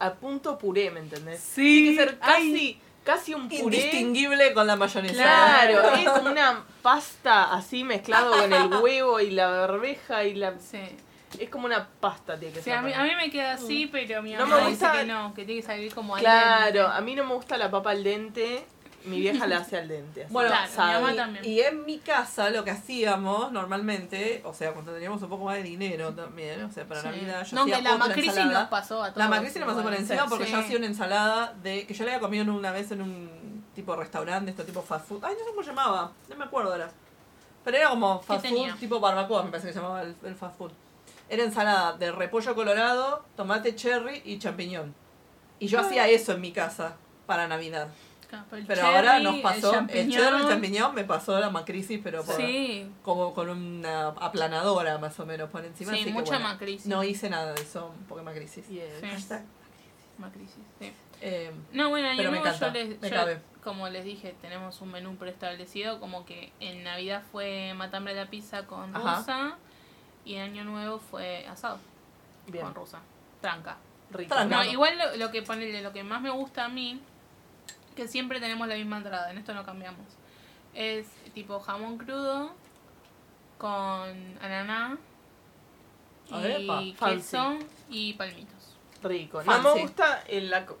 [SPEAKER 1] a punto puré, ¿me entendés?
[SPEAKER 2] Sí,
[SPEAKER 1] Tiene que ser
[SPEAKER 2] ay,
[SPEAKER 1] casi, casi un puré.
[SPEAKER 3] Indistinguible con la mayonesa.
[SPEAKER 1] Claro, es como una pasta así mezclado con el huevo y la berbeja y la...
[SPEAKER 2] Sí.
[SPEAKER 1] Es como una pasta tiene que
[SPEAKER 2] O
[SPEAKER 1] ser.
[SPEAKER 2] sea, a, mí,
[SPEAKER 1] para
[SPEAKER 2] a mí me queda
[SPEAKER 3] Uh.
[SPEAKER 2] así, pero mi
[SPEAKER 1] No
[SPEAKER 2] mamá
[SPEAKER 1] me gusta-
[SPEAKER 2] dice que no, que tiene que salir como al dente.
[SPEAKER 1] Claro, a mí no me gusta la papa al dente. Mi vieja la hace al dente. así,
[SPEAKER 3] Bueno,
[SPEAKER 2] Claro,
[SPEAKER 1] sabe.
[SPEAKER 2] mi mamá
[SPEAKER 3] Y-
[SPEAKER 2] también.
[SPEAKER 3] Y en mi casa lo que hacíamos normalmente, o sea, cuando teníamos un poco más de dinero también, o sea, para
[SPEAKER 2] Sí.
[SPEAKER 3] Navidad yo
[SPEAKER 2] no,
[SPEAKER 3] hacía
[SPEAKER 2] que la
[SPEAKER 3] otra
[SPEAKER 2] Macrisi
[SPEAKER 3] ensalada.
[SPEAKER 2] nos pasó a todos.
[SPEAKER 3] La Macrisi la pasó por
[SPEAKER 2] igual.
[SPEAKER 3] encima porque
[SPEAKER 2] Sí.
[SPEAKER 3] yo hacía una ensalada de que yo la había comido en una vez en un tipo restaurante, esto tipo fast food. Ay, no sé cómo llamaba, no me acuerdo ahora. Pero era como fast food,
[SPEAKER 2] tenía?
[SPEAKER 3] tipo barbacoa, me parece que se llamaba el, el fast food. Era ensalada de repollo colorado, tomate cherry y champiñón. Y
[SPEAKER 2] Ah.
[SPEAKER 3] yo hacía eso en mi casa para Navidad.
[SPEAKER 2] Claro, el
[SPEAKER 3] Pero
[SPEAKER 2] cherry,
[SPEAKER 3] ahora nos
[SPEAKER 2] el
[SPEAKER 3] pasó el,
[SPEAKER 2] champiñón.
[SPEAKER 3] cherry el champiñón, me pasó la macrisis, pero por-
[SPEAKER 2] Sí,
[SPEAKER 3] como con una aplanadora más o menos por encima.
[SPEAKER 2] Sí,
[SPEAKER 3] así que
[SPEAKER 2] mucha
[SPEAKER 3] bueno,
[SPEAKER 2] Macrisi.
[SPEAKER 3] No hice nada de eso, porque macrisis.
[SPEAKER 1] Yes.
[SPEAKER 2] Sí.
[SPEAKER 3] Hashtag.
[SPEAKER 2] Macrisi, sí.
[SPEAKER 3] Eh,
[SPEAKER 2] No, bueno, año
[SPEAKER 3] Pero me
[SPEAKER 2] nuevo yo
[SPEAKER 3] encanta,
[SPEAKER 2] les,
[SPEAKER 3] me
[SPEAKER 2] yo-
[SPEAKER 3] cabe.
[SPEAKER 2] como les dije, tenemos un menú preestablecido, como que en Navidad fue matambre de la pizza con
[SPEAKER 3] Ajá.
[SPEAKER 2] rusa y en año nuevo fue asado
[SPEAKER 1] Bien,
[SPEAKER 2] con rusa, tranca.
[SPEAKER 1] rico.
[SPEAKER 3] Tranca.
[SPEAKER 2] No,
[SPEAKER 3] Claro.
[SPEAKER 2] igual lo, lo que ponele, lo que más me gusta a mí, que siempre tenemos la misma entrada, en esto no cambiamos. Es tipo jamón crudo con ananá
[SPEAKER 3] Arepa,
[SPEAKER 2] y
[SPEAKER 1] fancy.
[SPEAKER 2] queso y palmitos.
[SPEAKER 1] Rico. No
[SPEAKER 3] Fancy.
[SPEAKER 1] me gusta el la co-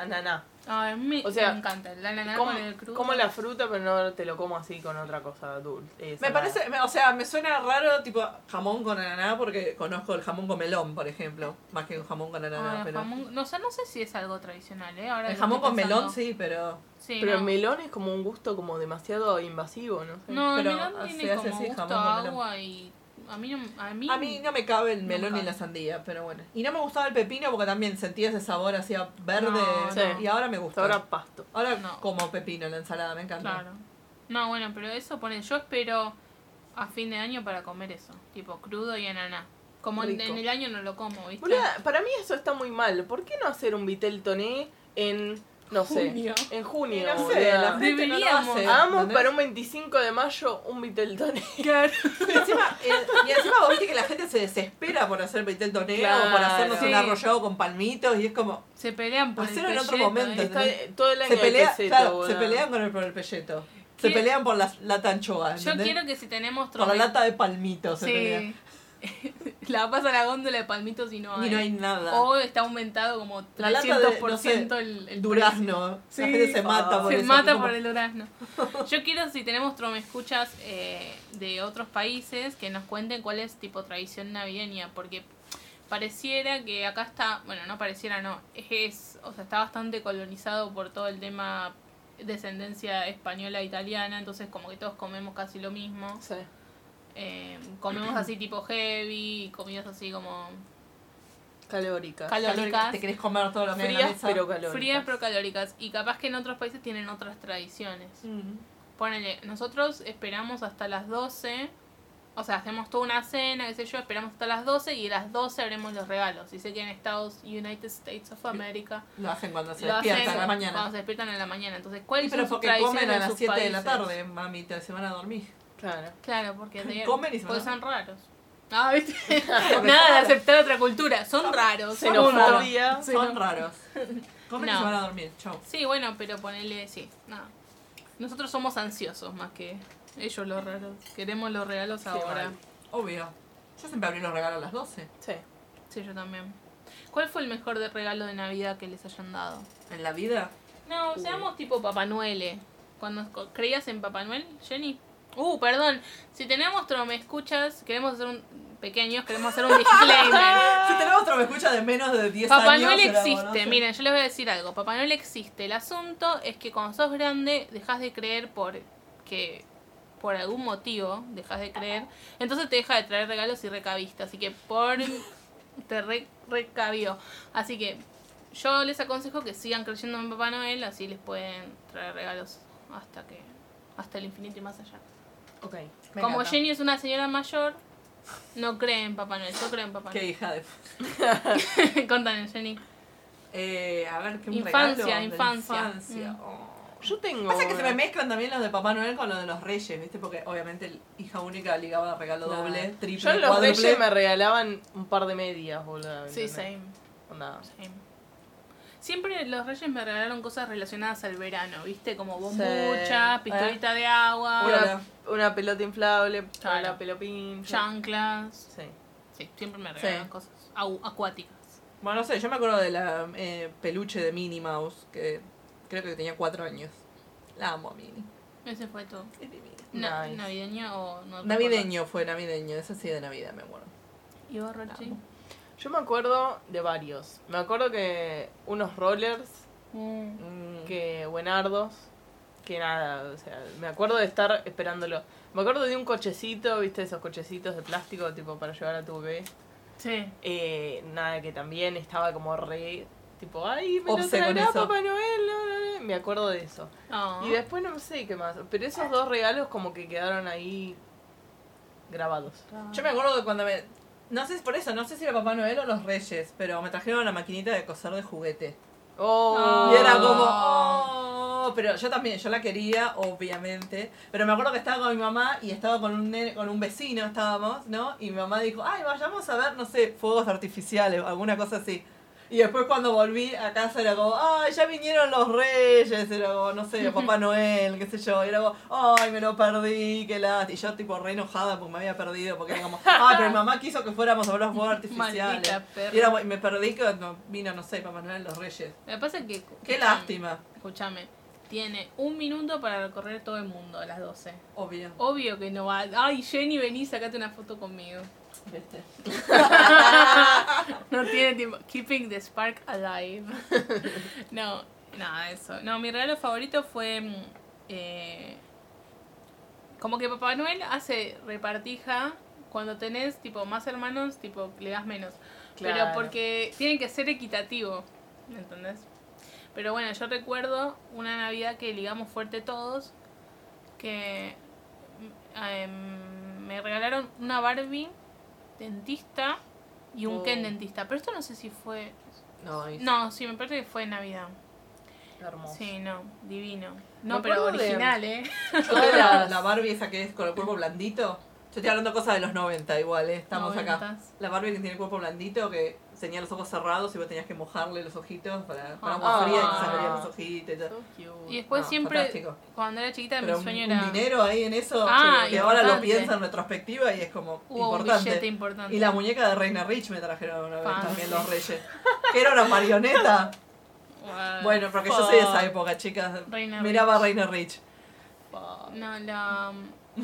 [SPEAKER 1] ananá.
[SPEAKER 2] Ay, Ah, me,
[SPEAKER 1] O sea,
[SPEAKER 2] me encanta el ananá
[SPEAKER 1] Como,
[SPEAKER 2] con el crudo.
[SPEAKER 1] como la fruta, pero no te lo como así con otra cosa dulce. eh,
[SPEAKER 3] me
[SPEAKER 1] salada.
[SPEAKER 3] parece, me- o sea, me suena raro tipo jamón con ananá porque conozco el jamón con melón, por ejemplo, más que un jamón con
[SPEAKER 2] Ah,
[SPEAKER 3] ananá. pero...
[SPEAKER 2] jamón- no sé, no sé si es algo tradicional, ¿eh? Ahora
[SPEAKER 3] el
[SPEAKER 2] lo
[SPEAKER 3] jamón
[SPEAKER 2] estoy
[SPEAKER 3] con
[SPEAKER 2] pensando.
[SPEAKER 3] melón sí, pero
[SPEAKER 2] Sí,
[SPEAKER 1] Pero
[SPEAKER 2] no.
[SPEAKER 1] el melón es como un gusto como demasiado invasivo, ¿no? sé.
[SPEAKER 2] No, el
[SPEAKER 3] pero
[SPEAKER 2] melón
[SPEAKER 3] se
[SPEAKER 2] tiene
[SPEAKER 3] hace
[SPEAKER 2] como
[SPEAKER 3] así,
[SPEAKER 2] gusto
[SPEAKER 3] jamón con
[SPEAKER 2] a
[SPEAKER 3] melón.
[SPEAKER 2] agua y... A mí no... A mí,
[SPEAKER 3] a mí no me cabe el
[SPEAKER 2] No
[SPEAKER 3] melón
[SPEAKER 2] me
[SPEAKER 3] ni
[SPEAKER 2] cabe.
[SPEAKER 3] la sandía, pero bueno. Y no me gustaba el pepino porque también sentía ese sabor hacía verde
[SPEAKER 2] No,
[SPEAKER 1] Sí.
[SPEAKER 3] y ahora me gusta.
[SPEAKER 1] Hasta ahora pasto.
[SPEAKER 3] Ahora
[SPEAKER 2] No.
[SPEAKER 3] como pepino en la ensalada, me encanta.
[SPEAKER 2] Claro. No, bueno, pero eso pone... Yo espero a fin de año para comer eso. Tipo, crudo y ananá. Como en,
[SPEAKER 1] Rico.
[SPEAKER 2] en el año no lo como, ¿viste?
[SPEAKER 1] Boluda, para mí eso está muy mal. ¿Por qué no hacer un vitel toné en, no sé,
[SPEAKER 2] Junio.
[SPEAKER 1] en junio?
[SPEAKER 3] Y no sé,
[SPEAKER 1] boluda?
[SPEAKER 3] la gente no lo
[SPEAKER 2] Deberíamos.
[SPEAKER 3] hace,
[SPEAKER 1] Hagamos
[SPEAKER 3] ¿entendés?
[SPEAKER 1] para un 25 de mayo un vitel toné.
[SPEAKER 3] Y encima, eh, y encima vos viste que la gente se desespera por hacer vitel tonero o por
[SPEAKER 1] Claro.
[SPEAKER 3] hacernos
[SPEAKER 2] Sí.
[SPEAKER 3] un arrollado con palmitos y es como...
[SPEAKER 2] Se pelean por
[SPEAKER 3] Hacerlo
[SPEAKER 2] el
[SPEAKER 3] en otro
[SPEAKER 2] pelleto,
[SPEAKER 3] momento,
[SPEAKER 2] ¿eh?
[SPEAKER 1] Está todo el año
[SPEAKER 3] Se,
[SPEAKER 1] de
[SPEAKER 3] pelea,
[SPEAKER 1] peseta,
[SPEAKER 3] claro, se
[SPEAKER 1] boluda.
[SPEAKER 3] pelean con el, por el pelleto. Se
[SPEAKER 2] ¿Qué?
[SPEAKER 3] pelean por la lata anchoa,
[SPEAKER 2] Yo
[SPEAKER 3] ¿entendés?
[SPEAKER 2] quiero que si tenemos...
[SPEAKER 3] Por la
[SPEAKER 2] trompet-
[SPEAKER 3] lata de palmitos se
[SPEAKER 2] Sí.
[SPEAKER 3] pelean.
[SPEAKER 2] la pasa la góndola de palmitos y no hay.
[SPEAKER 3] Y no hay nada.
[SPEAKER 2] O está aumentado como 300%
[SPEAKER 3] La lata de, no sé,
[SPEAKER 2] el, el
[SPEAKER 3] durazno.
[SPEAKER 2] Sí.
[SPEAKER 3] La gente se mata
[SPEAKER 2] precio.
[SPEAKER 3] por
[SPEAKER 2] Se
[SPEAKER 3] eso.
[SPEAKER 2] mata
[SPEAKER 3] tipo,
[SPEAKER 2] por el durazno. Yo quiero, si tenemos tromescuchas eh, de otros países, que nos cuenten cuál es tipo tradición navideña, porque pareciera que acá está, bueno, no pareciera, no, es, o sea, está bastante colonizado por todo el tema descendencia española e italiana, entonces como que todos comemos casi lo mismo.
[SPEAKER 1] Sí.
[SPEAKER 2] Eh, comemos así tipo heavy, y comidas así como
[SPEAKER 1] Calóricas.
[SPEAKER 2] calóricas,
[SPEAKER 3] Te querés comer todo lo que hay en la
[SPEAKER 1] Frías
[SPEAKER 3] mesa.
[SPEAKER 1] pero calóricas.
[SPEAKER 2] frías pero calóricas. Y capaz que en otros países tienen otras tradiciones.
[SPEAKER 3] Mm.
[SPEAKER 2] Ponele, nosotros esperamos hasta las 12, o sea, hacemos toda una cena, qué sé yo, esperamos hasta las 12 y a las 12 abrimos los regalos. Y sé que en Estados United States of America
[SPEAKER 3] Lo hacen cuando se
[SPEAKER 2] lo
[SPEAKER 3] despiertan
[SPEAKER 2] hacen
[SPEAKER 3] a la
[SPEAKER 2] cuando
[SPEAKER 3] mañana.
[SPEAKER 2] se despiertan en la mañana. Entonces,
[SPEAKER 3] Y
[SPEAKER 2] ¿cuáles
[SPEAKER 3] pero
[SPEAKER 2] son sus
[SPEAKER 3] porque
[SPEAKER 2] tradiciones
[SPEAKER 3] comen a
[SPEAKER 2] en
[SPEAKER 3] las
[SPEAKER 2] sus
[SPEAKER 3] 7 de la
[SPEAKER 2] países?
[SPEAKER 3] tarde, mami, te se van a dormir.
[SPEAKER 1] Claro.
[SPEAKER 2] Claro, porque de-
[SPEAKER 3] Comen y se
[SPEAKER 2] porque
[SPEAKER 3] van
[SPEAKER 2] son raros. Ah, ¿viste?
[SPEAKER 3] Porque
[SPEAKER 2] Nada de
[SPEAKER 3] son-
[SPEAKER 2] aceptar otra cultura, son raros. punto.
[SPEAKER 1] Xenofobia.
[SPEAKER 2] Sí,
[SPEAKER 3] Son
[SPEAKER 2] no.
[SPEAKER 3] raros. Comen y
[SPEAKER 2] No.
[SPEAKER 3] se van a dormir. Chau.
[SPEAKER 2] Sí, bueno, pero ponele, sí, nada. Nosotros somos ansiosos más que ellos los raros. Queremos los regalos ahora.
[SPEAKER 1] mal.
[SPEAKER 3] Obvio. Yo siempre abrí los regalos a las 12.
[SPEAKER 1] Sí.
[SPEAKER 2] Sí, yo también. ¿Cuál fue el mejor de regalo de Navidad que les hayan dado? Uh.
[SPEAKER 3] En la vida.
[SPEAKER 2] No,
[SPEAKER 1] Uy.
[SPEAKER 2] seamos tipo Papá Noel. eh. Cuando co- creías en Papá Noel, Jenny. Uh, perdón. Si tenemos me escuchas, queremos hacer un pequeños, queremos hacer un disclaimer.
[SPEAKER 3] Si tenemos otro me escucha de menos de 10
[SPEAKER 2] Ah. Papá
[SPEAKER 3] años.
[SPEAKER 2] Noel
[SPEAKER 3] será,
[SPEAKER 2] existe,
[SPEAKER 3] bueno, no sé.
[SPEAKER 2] miren, yo les voy a decir algo. Papá Noel existe. El asunto es que cuando sos grande dejas de creer por que por algún motivo dejas de creer, entonces te deja de traer regalos y recavista, así que por te re- recabió. Así que yo les aconsejo que sigan creyendo en Papá Noel, así les pueden traer regalos hasta que hasta el infinito y más allá.
[SPEAKER 1] Ok.
[SPEAKER 3] Me
[SPEAKER 2] Como
[SPEAKER 3] encanta.
[SPEAKER 2] Jenny es una señora mayor, no cree en Papá Noel, yo creo en Papá
[SPEAKER 3] Qué
[SPEAKER 2] Noel.
[SPEAKER 3] hija de.
[SPEAKER 2] Contanos, Jenny.
[SPEAKER 3] Eh, a ver, qué un
[SPEAKER 2] Infancia,
[SPEAKER 3] regalo de la
[SPEAKER 2] infancia.
[SPEAKER 3] infancia.
[SPEAKER 2] Mm.
[SPEAKER 3] Oh.
[SPEAKER 1] Yo tengo.
[SPEAKER 3] Pasa que se
[SPEAKER 1] una.
[SPEAKER 3] me mezclan también los de Papá Noel con los de los Reyes, ¿viste? Porque obviamente hija única ligaba regalo
[SPEAKER 2] Claro.
[SPEAKER 3] doble, triple,
[SPEAKER 1] Yo en los
[SPEAKER 3] cuádruple.
[SPEAKER 1] reyes me regalaban un par de medias, boludo. ¿me
[SPEAKER 2] Sí,
[SPEAKER 1] entendés?
[SPEAKER 2] same,
[SPEAKER 1] Onda.
[SPEAKER 2] same. Siempre los reyes me regalaron cosas relacionadas al verano, ¿viste? Como
[SPEAKER 1] Eh.
[SPEAKER 2] bombucha, pistolita de agua,
[SPEAKER 3] Hola.
[SPEAKER 1] Una, una pelota inflable,
[SPEAKER 2] Claro.
[SPEAKER 1] una pelopín.
[SPEAKER 2] chanclas.
[SPEAKER 1] Sí.
[SPEAKER 2] Sí, siempre me regalaron
[SPEAKER 3] Sí.
[SPEAKER 2] cosas au- acuáticas.
[SPEAKER 3] Bueno, no sé, yo me acuerdo de la eh, peluche de Minnie Mouse, que creo que tenía cuatro años. La amo a Minnie.
[SPEAKER 2] Ese fue todo.
[SPEAKER 3] Es divina.
[SPEAKER 2] Na-
[SPEAKER 1] Nice.
[SPEAKER 2] ¿Navideño o no?
[SPEAKER 3] Navideño fue navideño, esa sí de Navidad me acuerdo.
[SPEAKER 2] recuerdo. ¿Y vos, Rochi?
[SPEAKER 1] Yo me acuerdo de varios. Me acuerdo que unos rollers
[SPEAKER 2] Mm.
[SPEAKER 3] Mm.
[SPEAKER 1] que buenardos, que nada, o sea, me acuerdo de estar esperándolo. Me acuerdo de un cochecito, viste, esos cochecitos de plástico, tipo, para llevar a tu bebé.
[SPEAKER 2] Sí.
[SPEAKER 1] Eh, nada, que también estaba como re, tipo, ay, me lo
[SPEAKER 3] Obse con
[SPEAKER 1] traerá
[SPEAKER 3] eso.
[SPEAKER 1] Papá Noel, no, no, no. me acuerdo de eso.
[SPEAKER 2] Ah.
[SPEAKER 1] Y después no sé qué más, pero esos dos regalos como que quedaron ahí grabados.
[SPEAKER 3] Yo me acuerdo que cuando me... No sé, por eso, no sé si era Papá Noel o los Reyes, pero me trajeron la maquinita de coser de juguete.
[SPEAKER 1] Oh,
[SPEAKER 3] Y era como,
[SPEAKER 2] Oh.
[SPEAKER 3] oh, pero yo también, yo la quería, obviamente. Pero me acuerdo que estaba con mi mamá y estaba con un nene- con un vecino, estábamos, ¿no? Y mi mamá dijo, ay, vayamos a ver, no sé, fuegos artificiales o alguna cosa así. Y después cuando volví a casa era como, ay, ya vinieron los reyes, era como, no sé, Papá Noel, qué sé yo. Y era como, ay, me lo perdí, qué lástima. Y yo tipo re enojada porque me había perdido, porque era como, ah, pero mi mamá quiso que fuéramos a ver los fuegos artificiales.
[SPEAKER 2] Maldita perra.
[SPEAKER 3] Y era como, y me perdí que no- vino, no sé, Papá Noel, los reyes.
[SPEAKER 2] Lo que pasa es que.
[SPEAKER 3] Qué
[SPEAKER 2] escuchame,
[SPEAKER 3] lástima.
[SPEAKER 2] Escúchame. Tiene un minuto para recorrer todo el mundo a las 12.
[SPEAKER 3] Obvio.
[SPEAKER 2] Obvio que no va. Ay, Jenny, vení, sacate una foto conmigo.
[SPEAKER 3] Viste.
[SPEAKER 2] No tiene tiempo. Keeping the spark alive. No, nada, eso. No, mi regalo favorito fue. mm, eh, como que Papá Noel hace repartija cuando tenés tipo más hermanos, tipo le das menos.
[SPEAKER 1] Claro.
[SPEAKER 2] Pero porque tiene que ser equitativo. ¿Me entendés? Pero bueno, yo recuerdo una Navidad que ligamos fuerte todos. Que mm, em, me regalaron una Barbie dentista y un
[SPEAKER 1] Oh.
[SPEAKER 2] Ken dentista. Pero esto no sé si fue.
[SPEAKER 3] No, ahí sí.
[SPEAKER 2] No, sí, me parece que fue en Navidad.
[SPEAKER 1] hermoso.
[SPEAKER 2] Sí, no, divino.
[SPEAKER 1] Me
[SPEAKER 2] No, pero
[SPEAKER 1] acuerdo de-
[SPEAKER 2] original, ¿eh?
[SPEAKER 3] Yo tengo la, la Barbie esa que es con el cuerpo blandito. Yo estoy hablando cosas de los 90 igual, eh, estamos acá.
[SPEAKER 2] Noventas.
[SPEAKER 3] La Barbie que tiene el cuerpo blandito, que tenía los ojos cerrados y vos tenías que mojarle los ojitos para, para agua
[SPEAKER 1] Ah.
[SPEAKER 3] fría y que se abrían los ojitos y todo.
[SPEAKER 2] Y después
[SPEAKER 3] No,
[SPEAKER 2] siempre,
[SPEAKER 3] fantástico.
[SPEAKER 2] cuando era chiquita,
[SPEAKER 3] Pero
[SPEAKER 2] mi
[SPEAKER 3] un,
[SPEAKER 2] sueño
[SPEAKER 3] un
[SPEAKER 2] era.
[SPEAKER 3] dinero ahí en eso,
[SPEAKER 2] Ah,
[SPEAKER 3] que, que ahora lo
[SPEAKER 2] importante.
[SPEAKER 3] piensa en retrospectiva y es como
[SPEAKER 2] Hubo un billete Ah,
[SPEAKER 3] importante.
[SPEAKER 2] importante.
[SPEAKER 3] Y la muñeca de Reina Rich me trajeron una vez
[SPEAKER 2] Fan.
[SPEAKER 3] también los reyes. Que era una marioneta.
[SPEAKER 2] Guau.
[SPEAKER 3] Bueno, porque yo soy de esa
[SPEAKER 1] Fuck.
[SPEAKER 3] época, chicas.
[SPEAKER 2] Reina
[SPEAKER 3] Miraba a
[SPEAKER 2] Rich.
[SPEAKER 3] Reina Rich.
[SPEAKER 1] Ah.
[SPEAKER 2] No, la,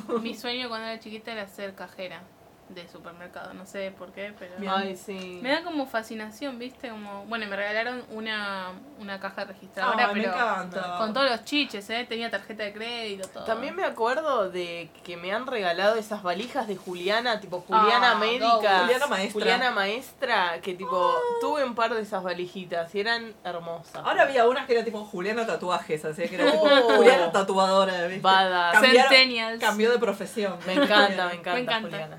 [SPEAKER 2] mm, mi sueño cuando era chiquita era ser cajera de supermercado. No sé por qué, pero.
[SPEAKER 3] Bien.
[SPEAKER 1] Ay, sí.
[SPEAKER 2] Me da como fascinación, ¿viste? Como, bueno, me regalaron una, una caja registradora,
[SPEAKER 3] Ahora Ah, me
[SPEAKER 2] pero
[SPEAKER 3] encanta.
[SPEAKER 2] con todos los chiches, ¿eh? Tenía tarjeta de crédito, todo.
[SPEAKER 1] También me acuerdo de que me han regalado esas valijas de Juliana, tipo Juliana
[SPEAKER 2] Ah,
[SPEAKER 1] médica.
[SPEAKER 2] no,
[SPEAKER 3] Juliana maestra.
[SPEAKER 1] Juliana maestra, que tipo, tuve un par de esas valijitas y eran hermosas.
[SPEAKER 3] Ahora había unas que era tipo Juliana Tatuajes, así que era tipo
[SPEAKER 1] Oh.
[SPEAKER 3] Juliana Tatuadora, ¿viste?
[SPEAKER 1] Badass.
[SPEAKER 3] Cam- cambiaron-
[SPEAKER 2] Centennials.
[SPEAKER 3] Cambió de profesión.
[SPEAKER 1] Me encanta, me encanta,
[SPEAKER 2] Me encanta.
[SPEAKER 1] Juliana.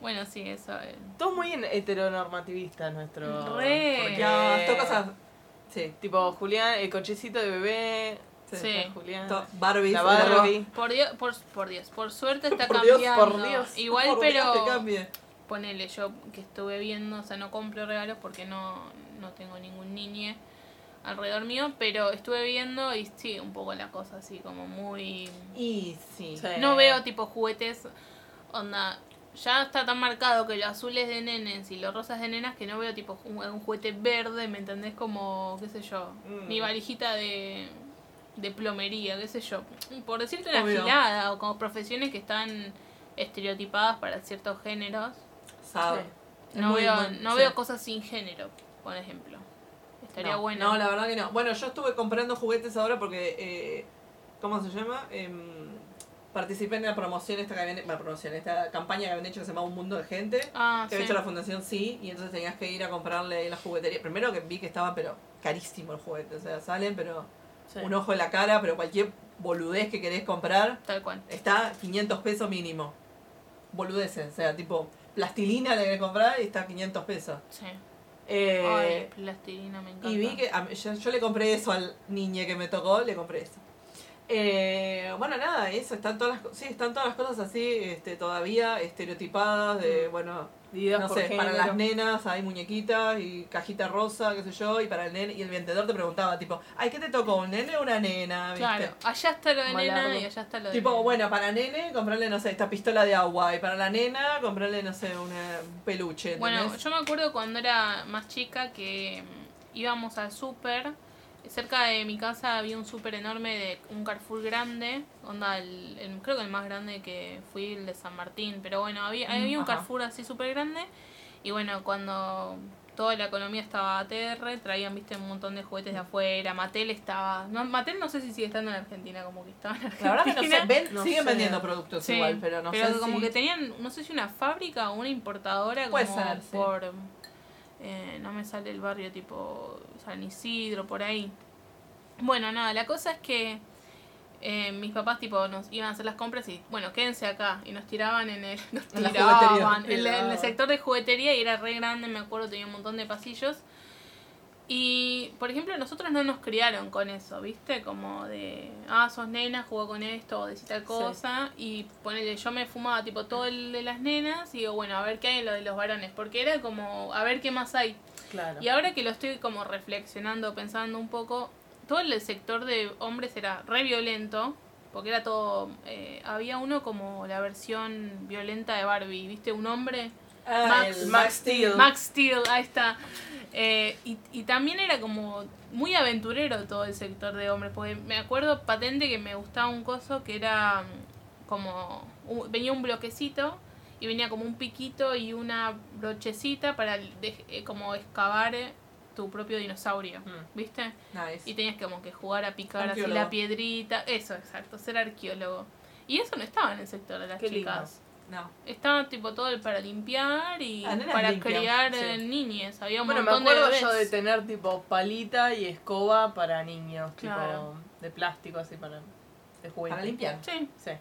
[SPEAKER 2] Bueno, sí, eso. eh.
[SPEAKER 1] Todo muy en- heteronormativista nuestro.
[SPEAKER 2] Re.
[SPEAKER 1] porque-
[SPEAKER 3] Ya, todo cosas. Sí.
[SPEAKER 1] Tipo, Julián, el cochecito de bebé. eh,
[SPEAKER 3] Sí.
[SPEAKER 2] Sí.
[SPEAKER 1] Julián.
[SPEAKER 3] To- Barbies.
[SPEAKER 1] La
[SPEAKER 3] era-
[SPEAKER 1] Barbie.
[SPEAKER 2] Por Dios, por, por Dios, por suerte está
[SPEAKER 3] Por Dios,
[SPEAKER 2] cambiando.
[SPEAKER 1] por Dios,
[SPEAKER 2] Igual,
[SPEAKER 3] Por Dios,
[SPEAKER 2] pero
[SPEAKER 3] que cambie.
[SPEAKER 2] ponele, yo que estuve viendo, o sea, no compro regalos porque no, no tengo ningún niñe alrededor mío, pero estuve viendo y sí, un poco la cosa así, como muy...
[SPEAKER 3] Y sí.
[SPEAKER 1] Sí.
[SPEAKER 2] No veo tipo juguetes, onda, ya está tan marcado que lo azul es de nenes y los rosas de nenas que no veo tipo un, un juguete verde, ¿me entendés? Como, qué sé yo,
[SPEAKER 3] Mm.
[SPEAKER 2] mi valijita de, de plomería, qué sé yo. Por decirte una
[SPEAKER 3] Obvio.
[SPEAKER 2] gilada o como profesiones que están estereotipadas para ciertos géneros.
[SPEAKER 3] Sabe. Es
[SPEAKER 2] No,
[SPEAKER 3] muy-
[SPEAKER 2] veo,
[SPEAKER 3] muy-
[SPEAKER 2] no
[SPEAKER 3] sí.
[SPEAKER 2] veo cosas sin género, por ejemplo. Estaría
[SPEAKER 1] No,
[SPEAKER 2] bueno.
[SPEAKER 3] No, la verdad que no. Bueno, yo estuve comprando juguetes ahora porque, eh, ¿cómo se llama? Em, participé en la promoción esta que habían, bueno, promoción, esta campaña que habían hecho que se llama Un Mundo de Gente.
[SPEAKER 2] Ah,
[SPEAKER 3] que
[SPEAKER 2] sí.
[SPEAKER 3] había hecho la fundación sí, y entonces tenías que ir a comprarle la juguetería. Primero que vi que estaba, pero carísimo el juguete. O sea, salen, pero
[SPEAKER 1] Sí.
[SPEAKER 3] un ojo en la cara, pero cualquier boludez que querés comprar
[SPEAKER 2] Tal cual.
[SPEAKER 3] está 500 pesos mínimo. Boludeces, o sea, tipo plastilina le querés comprar y está 500 pesos.
[SPEAKER 2] Sí.
[SPEAKER 3] Eh,
[SPEAKER 2] Ay, plastilina, me encanta.
[SPEAKER 3] y vi que a mí- yo, yo le compré eso al niño que me tocó, le compré eso. Eh, bueno, nada, eso, están todas las, co- sí, están todas las cosas así, este, todavía estereotipadas de, bueno,
[SPEAKER 1] Divididas
[SPEAKER 3] no
[SPEAKER 1] por
[SPEAKER 3] sé, para
[SPEAKER 1] género.
[SPEAKER 3] las nenas hay muñequitas y cajita rosa, qué sé yo, y para el nene, y el vendedor te preguntaba, tipo, ay, ¿qué te tocó, un nene o una nena? ¿Viste?
[SPEAKER 2] Claro, allá está lo de nena
[SPEAKER 1] Malardo.
[SPEAKER 2] y allá está lo de
[SPEAKER 3] Tipo,
[SPEAKER 2] nena.
[SPEAKER 3] bueno, para nene, comprarle, no sé, esta pistola de agua, y para la nena, comprarle, no sé, una, un peluche,
[SPEAKER 2] Bueno,
[SPEAKER 3] ¿entendés?
[SPEAKER 2] yo me acuerdo cuando era más chica que mm, íbamos al súper. Cerca de mi casa había un súper enorme de un Carrefour grande. Onda, el, el- creo que el más grande que fui, el de San Martín. Pero bueno, había,
[SPEAKER 3] Mm,
[SPEAKER 2] había un
[SPEAKER 3] ajá.
[SPEAKER 2] Carrefour así súper grande. Y bueno, cuando toda la economía estaba ATR, traían, viste, un montón de juguetes de afuera. Mattel estaba... No, Mattel no sé si sigue estando en Argentina, como que estaba en Argentina.
[SPEAKER 3] La verdad que no sé, ven-
[SPEAKER 1] No
[SPEAKER 3] siguen
[SPEAKER 1] sé.
[SPEAKER 3] vendiendo productos
[SPEAKER 2] Sí,
[SPEAKER 3] igual, pero no sé
[SPEAKER 2] como
[SPEAKER 3] si-
[SPEAKER 2] que tenían, no sé si una fábrica o una importadora
[SPEAKER 3] Puede
[SPEAKER 2] como
[SPEAKER 3] ser, sí.
[SPEAKER 2] por eh, no me sale el barrio tipo San Isidro por ahí. Bueno, nada, la cosa es que eh, mis papás tipo nos iban a hacer las compras y bueno, quédense acá y nos tiraban en el nos
[SPEAKER 3] En la
[SPEAKER 2] tiraban
[SPEAKER 3] juguetería.
[SPEAKER 2] en, la- en el
[SPEAKER 1] Tiraban.
[SPEAKER 2] sector de juguetería y era re grande, me acuerdo, tenía un montón de pasillos. Y, por ejemplo, nosotros no nos criaron con eso, ¿viste? Como de, ah, sos nena, jugó con esto, o decís tal cosa. Y ponele, yo me fumaba tipo todo el de las nenas y digo, bueno, a ver qué hay en lo de los varones. Porque era como, a ver qué más hay.
[SPEAKER 1] Claro.
[SPEAKER 2] Y ahora que lo estoy como reflexionando, pensando un poco, todo el sector de hombres era re violento, porque era todo, eh, había uno como la versión violenta de Barbie, ¿viste? Un hombre
[SPEAKER 3] Ah,
[SPEAKER 2] Max-
[SPEAKER 3] el
[SPEAKER 1] Max Steel.
[SPEAKER 2] Max Steel, ahí está. Eh, y, y también era como muy aventurero todo el sector de hombres, porque me acuerdo patente que me gustaba un coso que era mm, como, u- venía un bloquecito y venía como un piquito y una brochecita para de- eh, como excavar eh, tu propio dinosaurio,
[SPEAKER 1] Mm.
[SPEAKER 2] ¿viste?
[SPEAKER 3] Nice.
[SPEAKER 2] Y tenías que, como que jugar a picar así
[SPEAKER 3] Arqueólogo.
[SPEAKER 2] la piedrita, eso, exacto, ser arqueólogo. Y eso no estaba en el sector de las
[SPEAKER 1] Qué lindo.
[SPEAKER 2] chicas.
[SPEAKER 3] No.
[SPEAKER 2] Estaba tipo todo el para limpiar y
[SPEAKER 3] Ah, no eran
[SPEAKER 2] para
[SPEAKER 3] limpias,
[SPEAKER 2] criar
[SPEAKER 3] sí.
[SPEAKER 2] eh, niñes. Había un
[SPEAKER 1] Bueno, me
[SPEAKER 2] montón
[SPEAKER 1] acuerdo
[SPEAKER 2] de
[SPEAKER 1] yo de
[SPEAKER 2] bebés.
[SPEAKER 1] tener tipo palita y escoba para niños, tipo
[SPEAKER 2] Claro.
[SPEAKER 1] de plástico así para de juguete.
[SPEAKER 3] Para limpiar.
[SPEAKER 2] Sí,
[SPEAKER 1] Sí.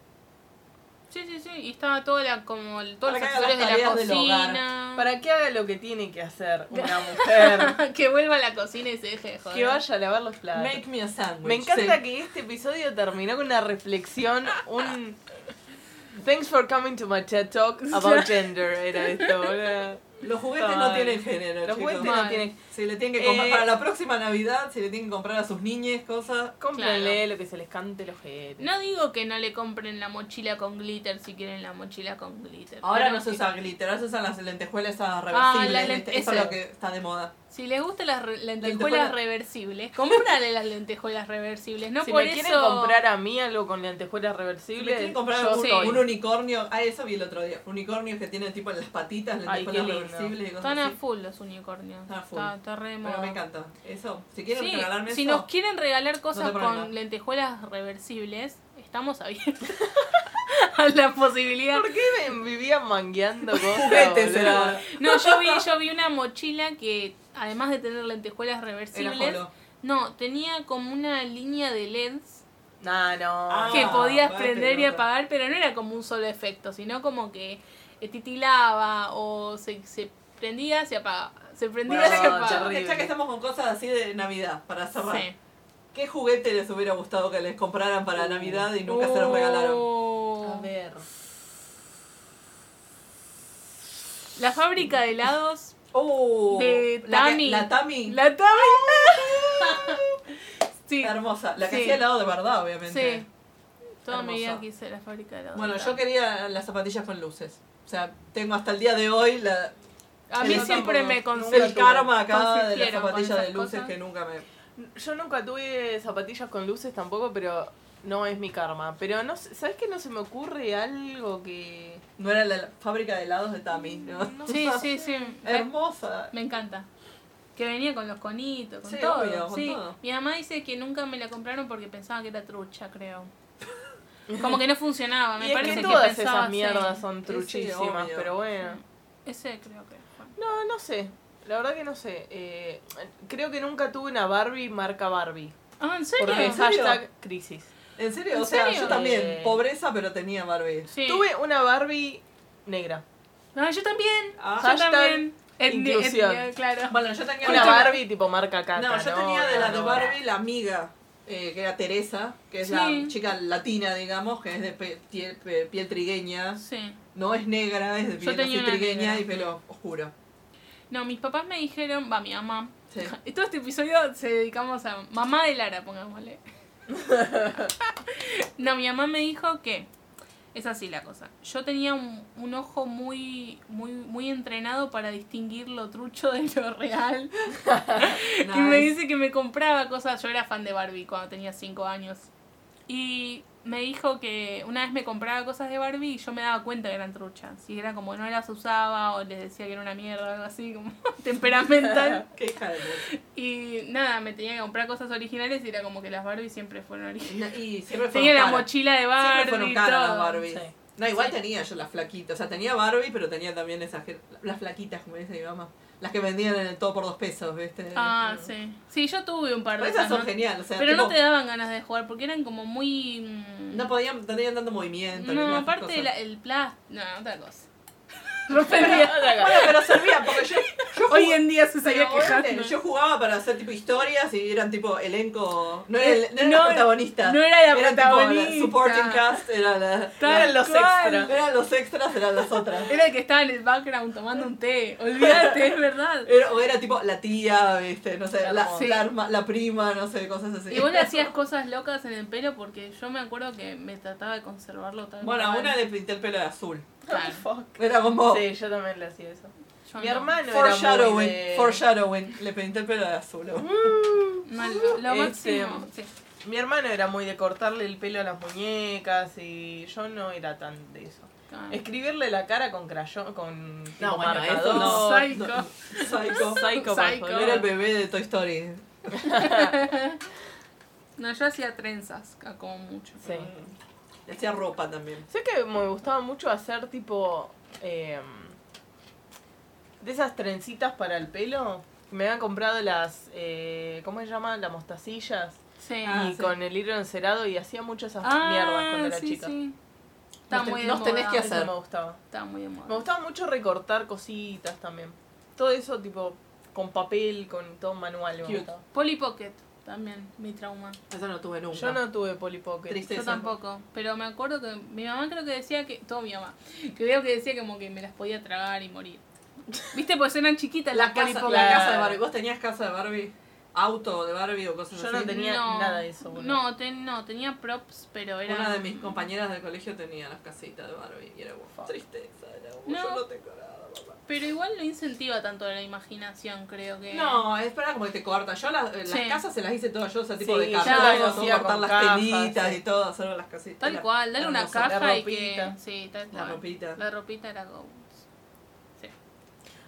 [SPEAKER 2] sí, sí, sí. Y estaba toda la, como el- todos
[SPEAKER 3] Para
[SPEAKER 2] los
[SPEAKER 3] que haga las
[SPEAKER 2] accesorios de la
[SPEAKER 3] tareas del hogar.
[SPEAKER 2] cocina.
[SPEAKER 1] Para que haga lo que tiene que hacer una mujer,
[SPEAKER 2] que vuelva a la cocina y se deje de joder.
[SPEAKER 1] que vaya a lavar los platos.
[SPEAKER 3] Make me a sandwich.
[SPEAKER 1] Me encanta
[SPEAKER 3] Sí.
[SPEAKER 1] que este episodio terminó con una reflexión, un Thanks for coming to my TED Talk about gender era esto. boludo.
[SPEAKER 3] Los juguetes no
[SPEAKER 1] Ay.
[SPEAKER 3] tienen género,
[SPEAKER 1] Los
[SPEAKER 3] chicos.
[SPEAKER 1] juguetes
[SPEAKER 2] Mal.
[SPEAKER 1] no tienen.
[SPEAKER 3] Si le tienen que comprar
[SPEAKER 1] Eh,
[SPEAKER 3] para la próxima Navidad, si le tienen que comprar a sus niñes cosas.
[SPEAKER 1] Cómprenle lo que se les cante los jetes.
[SPEAKER 2] No digo que no le compren la mochila con glitter si quieren la mochila con glitter.
[SPEAKER 3] Ahora
[SPEAKER 2] Pero
[SPEAKER 3] no se usa glitter, ahora se usan las lentejuelas esas
[SPEAKER 2] Ah,
[SPEAKER 3] reversibles.
[SPEAKER 2] las lente-
[SPEAKER 3] Eso es
[SPEAKER 2] ese.
[SPEAKER 3] lo que está de moda.
[SPEAKER 2] Si les gustan las re- lentejuelas
[SPEAKER 3] Lentejuelas.
[SPEAKER 2] reversibles, cómprale las lentejuelas reversibles. No
[SPEAKER 1] si
[SPEAKER 2] por
[SPEAKER 1] me quieren
[SPEAKER 2] eso.
[SPEAKER 1] comprar a mí algo con lentejuelas
[SPEAKER 3] Si
[SPEAKER 1] reversibles,
[SPEAKER 3] le quieren comprar
[SPEAKER 1] yo
[SPEAKER 3] un,
[SPEAKER 1] estoy.
[SPEAKER 3] un unicornio, ah, eso vi el otro día. Unicornios que tienen tipo en las patitas,
[SPEAKER 1] Ay, qué
[SPEAKER 3] lentejuelas
[SPEAKER 1] lindo.
[SPEAKER 3] reversibles y cosas
[SPEAKER 2] Están a
[SPEAKER 3] así.
[SPEAKER 2] full los unicornios.
[SPEAKER 3] Están a full.
[SPEAKER 2] Está, está re de
[SPEAKER 3] Pero
[SPEAKER 2] moda.
[SPEAKER 3] me encanta. Eso, si quieren
[SPEAKER 2] Sí,
[SPEAKER 3] regalarme
[SPEAKER 2] si
[SPEAKER 3] eso.
[SPEAKER 2] nos quieren regalar cosas
[SPEAKER 3] tengo problema.
[SPEAKER 2] con lentejuelas reversibles, estamos abiertos a la posibilidad.
[SPEAKER 1] ¿Por qué me vivían mangueando cosas?
[SPEAKER 3] Juguetes
[SPEAKER 1] boludo?
[SPEAKER 3] era.
[SPEAKER 2] No, yo vi, yo vi una mochila que, además de tener lentejuelas
[SPEAKER 3] Era
[SPEAKER 2] reversibles,
[SPEAKER 3] holo.
[SPEAKER 2] no, tenía como una línea de LEDs
[SPEAKER 1] No, no.
[SPEAKER 3] Ah,
[SPEAKER 2] que podías
[SPEAKER 3] va,
[SPEAKER 2] prender y
[SPEAKER 3] pelota.
[SPEAKER 2] apagar, pero no era como un solo efecto, sino como que eh, titilaba o se, se prendía, se apagaba. Se prendía,
[SPEAKER 3] Bueno,
[SPEAKER 1] no,
[SPEAKER 2] se
[SPEAKER 3] ya,
[SPEAKER 2] apagaba.
[SPEAKER 1] terrible.
[SPEAKER 3] que- ya que estamos con cosas así de Navidad, para cerrar.
[SPEAKER 2] Sí.
[SPEAKER 3] ¿Qué juguete les hubiera gustado que les compraran para
[SPEAKER 1] Uh.
[SPEAKER 3] Navidad y nunca se
[SPEAKER 2] uh,
[SPEAKER 3] los regalaron?
[SPEAKER 2] Oh.
[SPEAKER 1] A ver.
[SPEAKER 2] La fábrica de helados
[SPEAKER 3] Oh,
[SPEAKER 2] De
[SPEAKER 3] la, que-
[SPEAKER 2] Tami.
[SPEAKER 3] la Tami.
[SPEAKER 2] La Tami. sí,
[SPEAKER 3] Hermosa. La que
[SPEAKER 2] Sí.
[SPEAKER 3] hacía helado de verdad, obviamente.
[SPEAKER 2] sí. Toda mi vida
[SPEAKER 3] Hermosa.
[SPEAKER 2] quise la fábrica de helados.
[SPEAKER 3] Bueno,
[SPEAKER 2] Está.
[SPEAKER 3] yo quería las zapatillas con luces. O sea, tengo hasta el día de hoy la,
[SPEAKER 2] A mí
[SPEAKER 1] Yo
[SPEAKER 2] siempre
[SPEAKER 1] tampoco. Nunca
[SPEAKER 2] me
[SPEAKER 3] el
[SPEAKER 1] tuve.
[SPEAKER 2] consigo.
[SPEAKER 3] karma acá de las
[SPEAKER 2] Consistieron con
[SPEAKER 3] zapatillas
[SPEAKER 2] esas
[SPEAKER 3] de luces
[SPEAKER 2] cosas.
[SPEAKER 3] que nunca me...
[SPEAKER 1] Yo nunca tuve zapatillas con luces tampoco, pero no es mi karma. Pero no sé- ¿sabes que no se me ocurre algo que
[SPEAKER 3] No era la fábrica de helados de Tami, ¿no?
[SPEAKER 1] No
[SPEAKER 2] Sí,
[SPEAKER 1] sé.
[SPEAKER 2] sí, sí. Me,
[SPEAKER 3] Hermosa.
[SPEAKER 2] me encanta. Que venía con los conitos, con
[SPEAKER 3] Sí,
[SPEAKER 2] todo.
[SPEAKER 3] obvio, con
[SPEAKER 2] sí.
[SPEAKER 3] todo.
[SPEAKER 2] Mi mamá dice que nunca me la compraron porque pensaba que era trucha, creo. Como que no
[SPEAKER 3] Ah,
[SPEAKER 2] funcionaba, me
[SPEAKER 1] y es
[SPEAKER 2] parece
[SPEAKER 1] que
[SPEAKER 2] que,
[SPEAKER 1] todas
[SPEAKER 2] pensaba
[SPEAKER 1] esas
[SPEAKER 2] sí.
[SPEAKER 1] mierdas son
[SPEAKER 3] Sí, sí,
[SPEAKER 1] truchísimas,
[SPEAKER 3] obvio.
[SPEAKER 1] pero bueno.
[SPEAKER 2] Ese creo que fue.
[SPEAKER 1] No, no sé. La verdad que no sé. Eh, creo que nunca tuve una Barbie marca Barbie.
[SPEAKER 2] Ah, ¿en serio?
[SPEAKER 1] Porque es
[SPEAKER 3] ¿En serio?
[SPEAKER 1] hashtag crisis.
[SPEAKER 3] ¿En serio?
[SPEAKER 2] ¿En
[SPEAKER 3] o sea,
[SPEAKER 2] serio?
[SPEAKER 3] yo también,
[SPEAKER 1] Eh.
[SPEAKER 3] pobreza, pero tenía Barbie.
[SPEAKER 2] Sí.
[SPEAKER 1] Tuve una Barbie negra.
[SPEAKER 2] No, yo también.
[SPEAKER 3] Ah.
[SPEAKER 2] yo
[SPEAKER 1] Hashtag
[SPEAKER 2] también. Etnia-
[SPEAKER 1] Inclusión.
[SPEAKER 2] etnia, claro.
[SPEAKER 3] Bueno, yo tenía
[SPEAKER 1] Una
[SPEAKER 3] yo-
[SPEAKER 1] Barbie tipo marca caca.
[SPEAKER 3] No, yo tenía de
[SPEAKER 1] no,
[SPEAKER 3] la de
[SPEAKER 1] no.
[SPEAKER 3] Barbie la amiga, eh, que era Teresa, que es
[SPEAKER 2] Sí.
[SPEAKER 3] la chica latina, digamos, que es de pe- tie- pe- piel trigueña.
[SPEAKER 2] Sí.
[SPEAKER 3] No es negra, es de
[SPEAKER 2] Yo
[SPEAKER 3] piel
[SPEAKER 2] tenía
[SPEAKER 3] así
[SPEAKER 2] una
[SPEAKER 3] trigueña
[SPEAKER 2] negra.
[SPEAKER 3] y pelo oscuro.
[SPEAKER 2] No, mis papás me dijeron, va, mi mamá.
[SPEAKER 3] Sí.
[SPEAKER 2] Todo este episodio se dedicamos a mamá de Lara, pongámosle. no, mi mamá me dijo que es así la cosa. Yo tenía un, un ojo muy, muy, muy entrenado para distinguir lo trucho de lo real. Y me
[SPEAKER 3] Nice.
[SPEAKER 2] dice que me compraba cosas. Yo era fan de Barbie cuando tenía 5 años. Y me dijo que una vez me compraba cosas de Barbie y yo me daba cuenta que eran truchas. Si era como no las usaba o les decía que era una mierda o algo así, como temperamental.
[SPEAKER 3] Qué hija de puta.
[SPEAKER 2] Y nada, me tenía que comprar cosas originales y era como que las Barbie siempre fueron originales.
[SPEAKER 3] Y siempre fueron
[SPEAKER 2] Tenía la
[SPEAKER 3] caras.
[SPEAKER 2] mochila de
[SPEAKER 3] Siempre
[SPEAKER 2] Barbie.
[SPEAKER 3] fueron caras las
[SPEAKER 2] todo.
[SPEAKER 3] Barbie.
[SPEAKER 1] Sí.
[SPEAKER 3] No, igual
[SPEAKER 2] Sí.
[SPEAKER 3] tenía yo las flaquitas. O sea, tenía Barbie, pero tenía también esas. que- Las flaquitas, como dice mi mamá. Las que vendían en el todo por dos pesos, ¿viste?
[SPEAKER 2] Ah, sí. Sí, yo tuve un par
[SPEAKER 3] Pero
[SPEAKER 2] de
[SPEAKER 3] esas
[SPEAKER 2] esas. ¿no?
[SPEAKER 3] son geniales. O sea,
[SPEAKER 2] Pero no
[SPEAKER 3] tipo,
[SPEAKER 2] te daban ganas de jugar porque eran como muy... mm,
[SPEAKER 3] no podían, no tenían tanto movimiento. ni
[SPEAKER 2] No,
[SPEAKER 3] esas
[SPEAKER 2] aparte
[SPEAKER 3] cosas.
[SPEAKER 2] la- el plástico. No, otra cosa.
[SPEAKER 3] Bueno, pero servía, porque yo, yo jugaba-
[SPEAKER 2] Hoy en día se
[SPEAKER 3] pero
[SPEAKER 2] sabía quejar.
[SPEAKER 3] antes yo jugaba para hacer tipo historias y eran tipo elenco. No era, el- no
[SPEAKER 2] Eh, No,
[SPEAKER 3] era protagonista.
[SPEAKER 2] No era la
[SPEAKER 3] Era tipo
[SPEAKER 2] protagonista.
[SPEAKER 3] la supporting cast, era la-
[SPEAKER 2] Tal
[SPEAKER 3] eran los
[SPEAKER 2] cual.
[SPEAKER 3] extras. Eran los extras, eran las otras.
[SPEAKER 2] Era el que estaba en el background tomando un té. Olvídate, es verdad.
[SPEAKER 3] Era, o era tipo la tía, viste, no sé, la,
[SPEAKER 2] Sí.
[SPEAKER 3] la, herma- la prima, no sé, cosas así.
[SPEAKER 2] Y vos le hacías cosas locas en el pelo porque yo me acuerdo que me trataba de conservarlo tal
[SPEAKER 3] Bueno,
[SPEAKER 2] cual.
[SPEAKER 3] una le pinté el pelo de azul.
[SPEAKER 2] Claro,
[SPEAKER 1] Fuck.
[SPEAKER 3] Era como
[SPEAKER 1] Sí, yo también le hacía eso.
[SPEAKER 2] yo
[SPEAKER 1] Mi
[SPEAKER 2] no.
[SPEAKER 1] hermano era muy
[SPEAKER 3] foreshadowing,
[SPEAKER 1] de-
[SPEAKER 3] foreshadowing. Le pinté el pelo de azul.
[SPEAKER 2] Mal, lo- lo
[SPEAKER 1] Este,
[SPEAKER 2] máximo. Sí.
[SPEAKER 1] Mi hermano era muy de cortarle el pelo a las muñecas y yo no era tan de eso.
[SPEAKER 2] claro.
[SPEAKER 1] Escribirle la cara con crayón, con tipo
[SPEAKER 3] Ah. No, bueno, eso
[SPEAKER 1] marcador.
[SPEAKER 3] no.
[SPEAKER 2] Psycho.
[SPEAKER 3] no,
[SPEAKER 1] Psycho,
[SPEAKER 3] Psycho.
[SPEAKER 2] Psycho.
[SPEAKER 1] por
[SPEAKER 3] Yo
[SPEAKER 1] favor.
[SPEAKER 3] Era el bebé de Toy Story.
[SPEAKER 2] No, yo hacía trenzas, acá como mucho.
[SPEAKER 1] Sí.
[SPEAKER 3] Le hacía ropa también.
[SPEAKER 1] Sé que me gustaba mucho hacer tipo eh, de esas trencitas para el pelo. Me habían comprado las, eh, ¿cómo se llama? Las mostacillas.
[SPEAKER 2] Sí.
[SPEAKER 3] Ah,
[SPEAKER 1] y
[SPEAKER 3] sí.
[SPEAKER 1] con el hilo encerado y hacía muchas esas
[SPEAKER 2] Ah,
[SPEAKER 1] mierdas cuando era
[SPEAKER 2] sí,
[SPEAKER 1] chica.
[SPEAKER 2] sí. Está
[SPEAKER 3] Nos ten-
[SPEAKER 2] muy de
[SPEAKER 3] nos tenés
[SPEAKER 2] moda.
[SPEAKER 3] que
[SPEAKER 1] Eso
[SPEAKER 3] hacer.
[SPEAKER 1] me gustaba.
[SPEAKER 2] Está muy de moda.
[SPEAKER 1] Me gustaba mucho recortar cositas también. Todo eso tipo con papel, con todo manual. me
[SPEAKER 3] Cute.
[SPEAKER 1] gustaba.
[SPEAKER 2] Polly Pocket también, mi trauma.
[SPEAKER 3] Eso no tuve nunca.
[SPEAKER 1] Yo no tuve Polly Pocket.
[SPEAKER 3] Triste. Sí,
[SPEAKER 2] Yo
[SPEAKER 3] sí.
[SPEAKER 2] tampoco, pero me acuerdo que mi mamá creo que decía que, todo mi mamá, creo que decía como que me las podía tragar y morir. ¿Viste? Pues eran chiquitas
[SPEAKER 3] La
[SPEAKER 2] las
[SPEAKER 3] casa,
[SPEAKER 2] Polly Pocket.
[SPEAKER 3] la
[SPEAKER 1] Claro.
[SPEAKER 3] casa de Barbie. ¿Vos tenías casa de Barbie? ¿Auto de Barbie o cosas
[SPEAKER 1] Yo
[SPEAKER 3] así?
[SPEAKER 1] no tenía
[SPEAKER 2] No,
[SPEAKER 1] nada de eso. boludo.
[SPEAKER 2] No, ten- no, tenía props, pero era...
[SPEAKER 3] Una de mis compañeras del colegio tenía las casitas de Barbie y era como tristeza. Era como,
[SPEAKER 2] No.
[SPEAKER 3] Yo no tengo nada, papá.
[SPEAKER 2] Pero igual no incentiva tanto la imaginación, creo que...
[SPEAKER 3] No, es para como que te corta. Yo las, las
[SPEAKER 2] Eh. Sí.
[SPEAKER 3] casas se las hice todas yo, o sea, tipo
[SPEAKER 1] Sí,
[SPEAKER 3] de
[SPEAKER 1] yo
[SPEAKER 3] cartón,
[SPEAKER 2] también
[SPEAKER 3] todo,
[SPEAKER 1] hacía
[SPEAKER 3] cortar
[SPEAKER 1] con
[SPEAKER 3] las
[SPEAKER 1] cajas,
[SPEAKER 3] telitas
[SPEAKER 1] sí.
[SPEAKER 3] y todo, solo las casitas.
[SPEAKER 2] Tal
[SPEAKER 3] la-
[SPEAKER 2] cual, dale una
[SPEAKER 3] hermoso.
[SPEAKER 2] caja
[SPEAKER 1] la
[SPEAKER 2] y que...
[SPEAKER 1] ropita.
[SPEAKER 2] Sí, tal
[SPEAKER 3] La
[SPEAKER 2] cual.
[SPEAKER 3] ropita.
[SPEAKER 2] La ropita era como...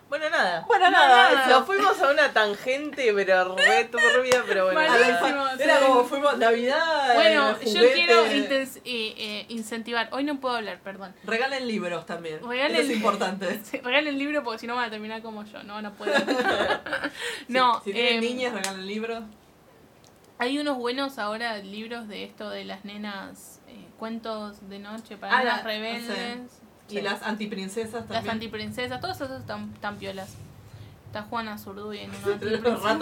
[SPEAKER 1] Bueno, nada.
[SPEAKER 3] Bueno,
[SPEAKER 2] No,
[SPEAKER 3] nada,
[SPEAKER 2] nada.
[SPEAKER 3] eso.
[SPEAKER 1] Nos fuimos a una tangente, pero re turbia, pero bueno.
[SPEAKER 2] Vale.
[SPEAKER 3] A la
[SPEAKER 1] nada.
[SPEAKER 2] Buenísimo,
[SPEAKER 3] infa- Era
[SPEAKER 2] sí.
[SPEAKER 3] como fuimos Navidad.
[SPEAKER 2] Bueno,
[SPEAKER 3] eh,
[SPEAKER 2] yo
[SPEAKER 3] juguete.
[SPEAKER 2] quiero intens- eh, eh, incentivar, hoy no puedo hablar, perdón.
[SPEAKER 3] Regalen libros también.
[SPEAKER 2] Regalen-
[SPEAKER 3] Eso es importante.
[SPEAKER 2] Sí, Regalen el libro porque si no van a terminar como yo, no van a poder. no,
[SPEAKER 3] Si, si tienen
[SPEAKER 2] em,
[SPEAKER 3] niñas, regalen libros.
[SPEAKER 2] hay unos buenos ahora libros de esto de las nenas, eh, cuentos de noche para
[SPEAKER 3] Ah,
[SPEAKER 2] nenas
[SPEAKER 3] la-
[SPEAKER 2] rebeldes,
[SPEAKER 1] Sí.
[SPEAKER 3] Y las antiprincesas
[SPEAKER 2] las
[SPEAKER 3] también.
[SPEAKER 2] antiprincesas, todos esos están tan piolas. Está Juana Zurduy en una
[SPEAKER 3] Los
[SPEAKER 2] antiprincesa.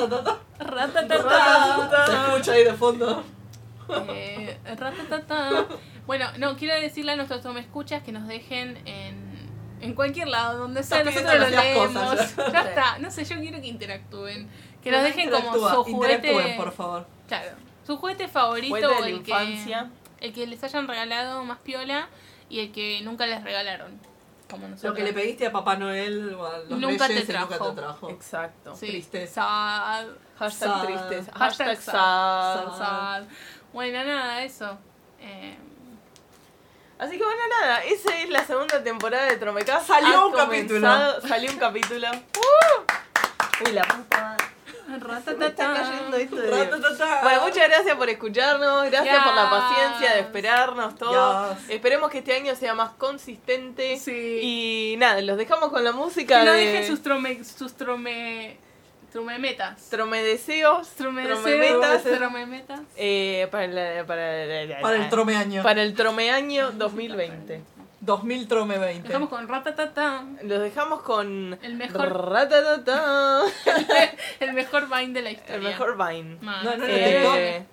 [SPEAKER 3] ratatata.
[SPEAKER 2] Ratatatá.
[SPEAKER 3] Se escucha ahí de fondo.
[SPEAKER 2] Eh, ratatatá. Bueno, no, quiero decirle a nuestros escuchas que nos dejen en, en cualquier lado, donde sea,
[SPEAKER 3] Estás
[SPEAKER 2] nosotros lo
[SPEAKER 3] pidiendo
[SPEAKER 2] leemos.
[SPEAKER 3] las cosas,
[SPEAKER 2] ya está, no sé, yo quiero que interactúen. Que nos dejen como
[SPEAKER 3] Interactúa,
[SPEAKER 2] su juguete.
[SPEAKER 3] Interactúen, por favor.
[SPEAKER 2] Claro, su juguete favorito
[SPEAKER 1] Juguete de
[SPEAKER 2] o
[SPEAKER 1] la
[SPEAKER 2] el que,
[SPEAKER 1] infancia.
[SPEAKER 2] el que les hayan regalado más piola y el que nunca les regalaron. Como nosotros.
[SPEAKER 3] Lo que le pediste a Papá Noel o a los
[SPEAKER 2] Nunca te
[SPEAKER 3] reyes él nunca
[SPEAKER 2] trajo.
[SPEAKER 3] te trajo.
[SPEAKER 1] Exacto.
[SPEAKER 2] Sí,
[SPEAKER 3] Tristeza.
[SPEAKER 2] sad,
[SPEAKER 1] Hashtag
[SPEAKER 3] Sad.
[SPEAKER 1] tristes.
[SPEAKER 2] Hashtag
[SPEAKER 1] Hashtag,
[SPEAKER 2] sad.
[SPEAKER 1] sad.
[SPEAKER 3] Ah.
[SPEAKER 2] sad. Bueno, nada, eso. Eh,
[SPEAKER 1] Así que bueno, nada, esa es la segunda temporada de Tromecas.
[SPEAKER 3] Salió
[SPEAKER 1] Ha
[SPEAKER 3] un capítulo.
[SPEAKER 1] comenzado- Salió un capítulo. ¡Uh! Uy, la puta madre. Me
[SPEAKER 2] ratatata.
[SPEAKER 1] está cayendo esto de...
[SPEAKER 3] Ratatata.
[SPEAKER 1] Bueno, muchas gracias por escucharnos, gracias por la paciencia de
[SPEAKER 2] Yes.
[SPEAKER 1] esperarnos todo.
[SPEAKER 3] Yes.
[SPEAKER 1] Esperemos que este año sea más consistente.
[SPEAKER 2] Sí.
[SPEAKER 1] Y nada, los dejamos con la música
[SPEAKER 2] que no
[SPEAKER 1] de
[SPEAKER 2] dejen sus trome, sus trome, tromemetas.
[SPEAKER 1] Tromedeseos
[SPEAKER 2] Tromemetas,
[SPEAKER 1] Tromemetas.
[SPEAKER 2] tromemetas.
[SPEAKER 1] eh, para, la- para, la-
[SPEAKER 3] Para el tromeaño.
[SPEAKER 1] para el Tromeaño 2020.
[SPEAKER 3] 2000 trome 20.
[SPEAKER 2] Dejamos con ratatata.
[SPEAKER 1] Los dejamos con.
[SPEAKER 2] El mejor,
[SPEAKER 1] Ratatata.
[SPEAKER 2] el mejor Vine de la historia.
[SPEAKER 1] El mejor Vine.
[SPEAKER 2] Mal.
[SPEAKER 3] No, no, no,
[SPEAKER 1] Eh,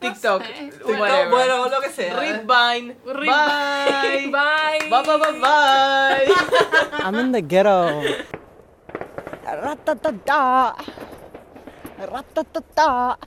[SPEAKER 1] TikTok.
[SPEAKER 2] sé.
[SPEAKER 1] whatever.
[SPEAKER 3] Bueno, lo que sea.
[SPEAKER 1] Rip Vine.
[SPEAKER 2] Rip
[SPEAKER 1] Bye.
[SPEAKER 2] Bye.
[SPEAKER 1] Bye, bye, bye, bye.
[SPEAKER 4] I'm in the ghetto. Ratatata. Ratatata.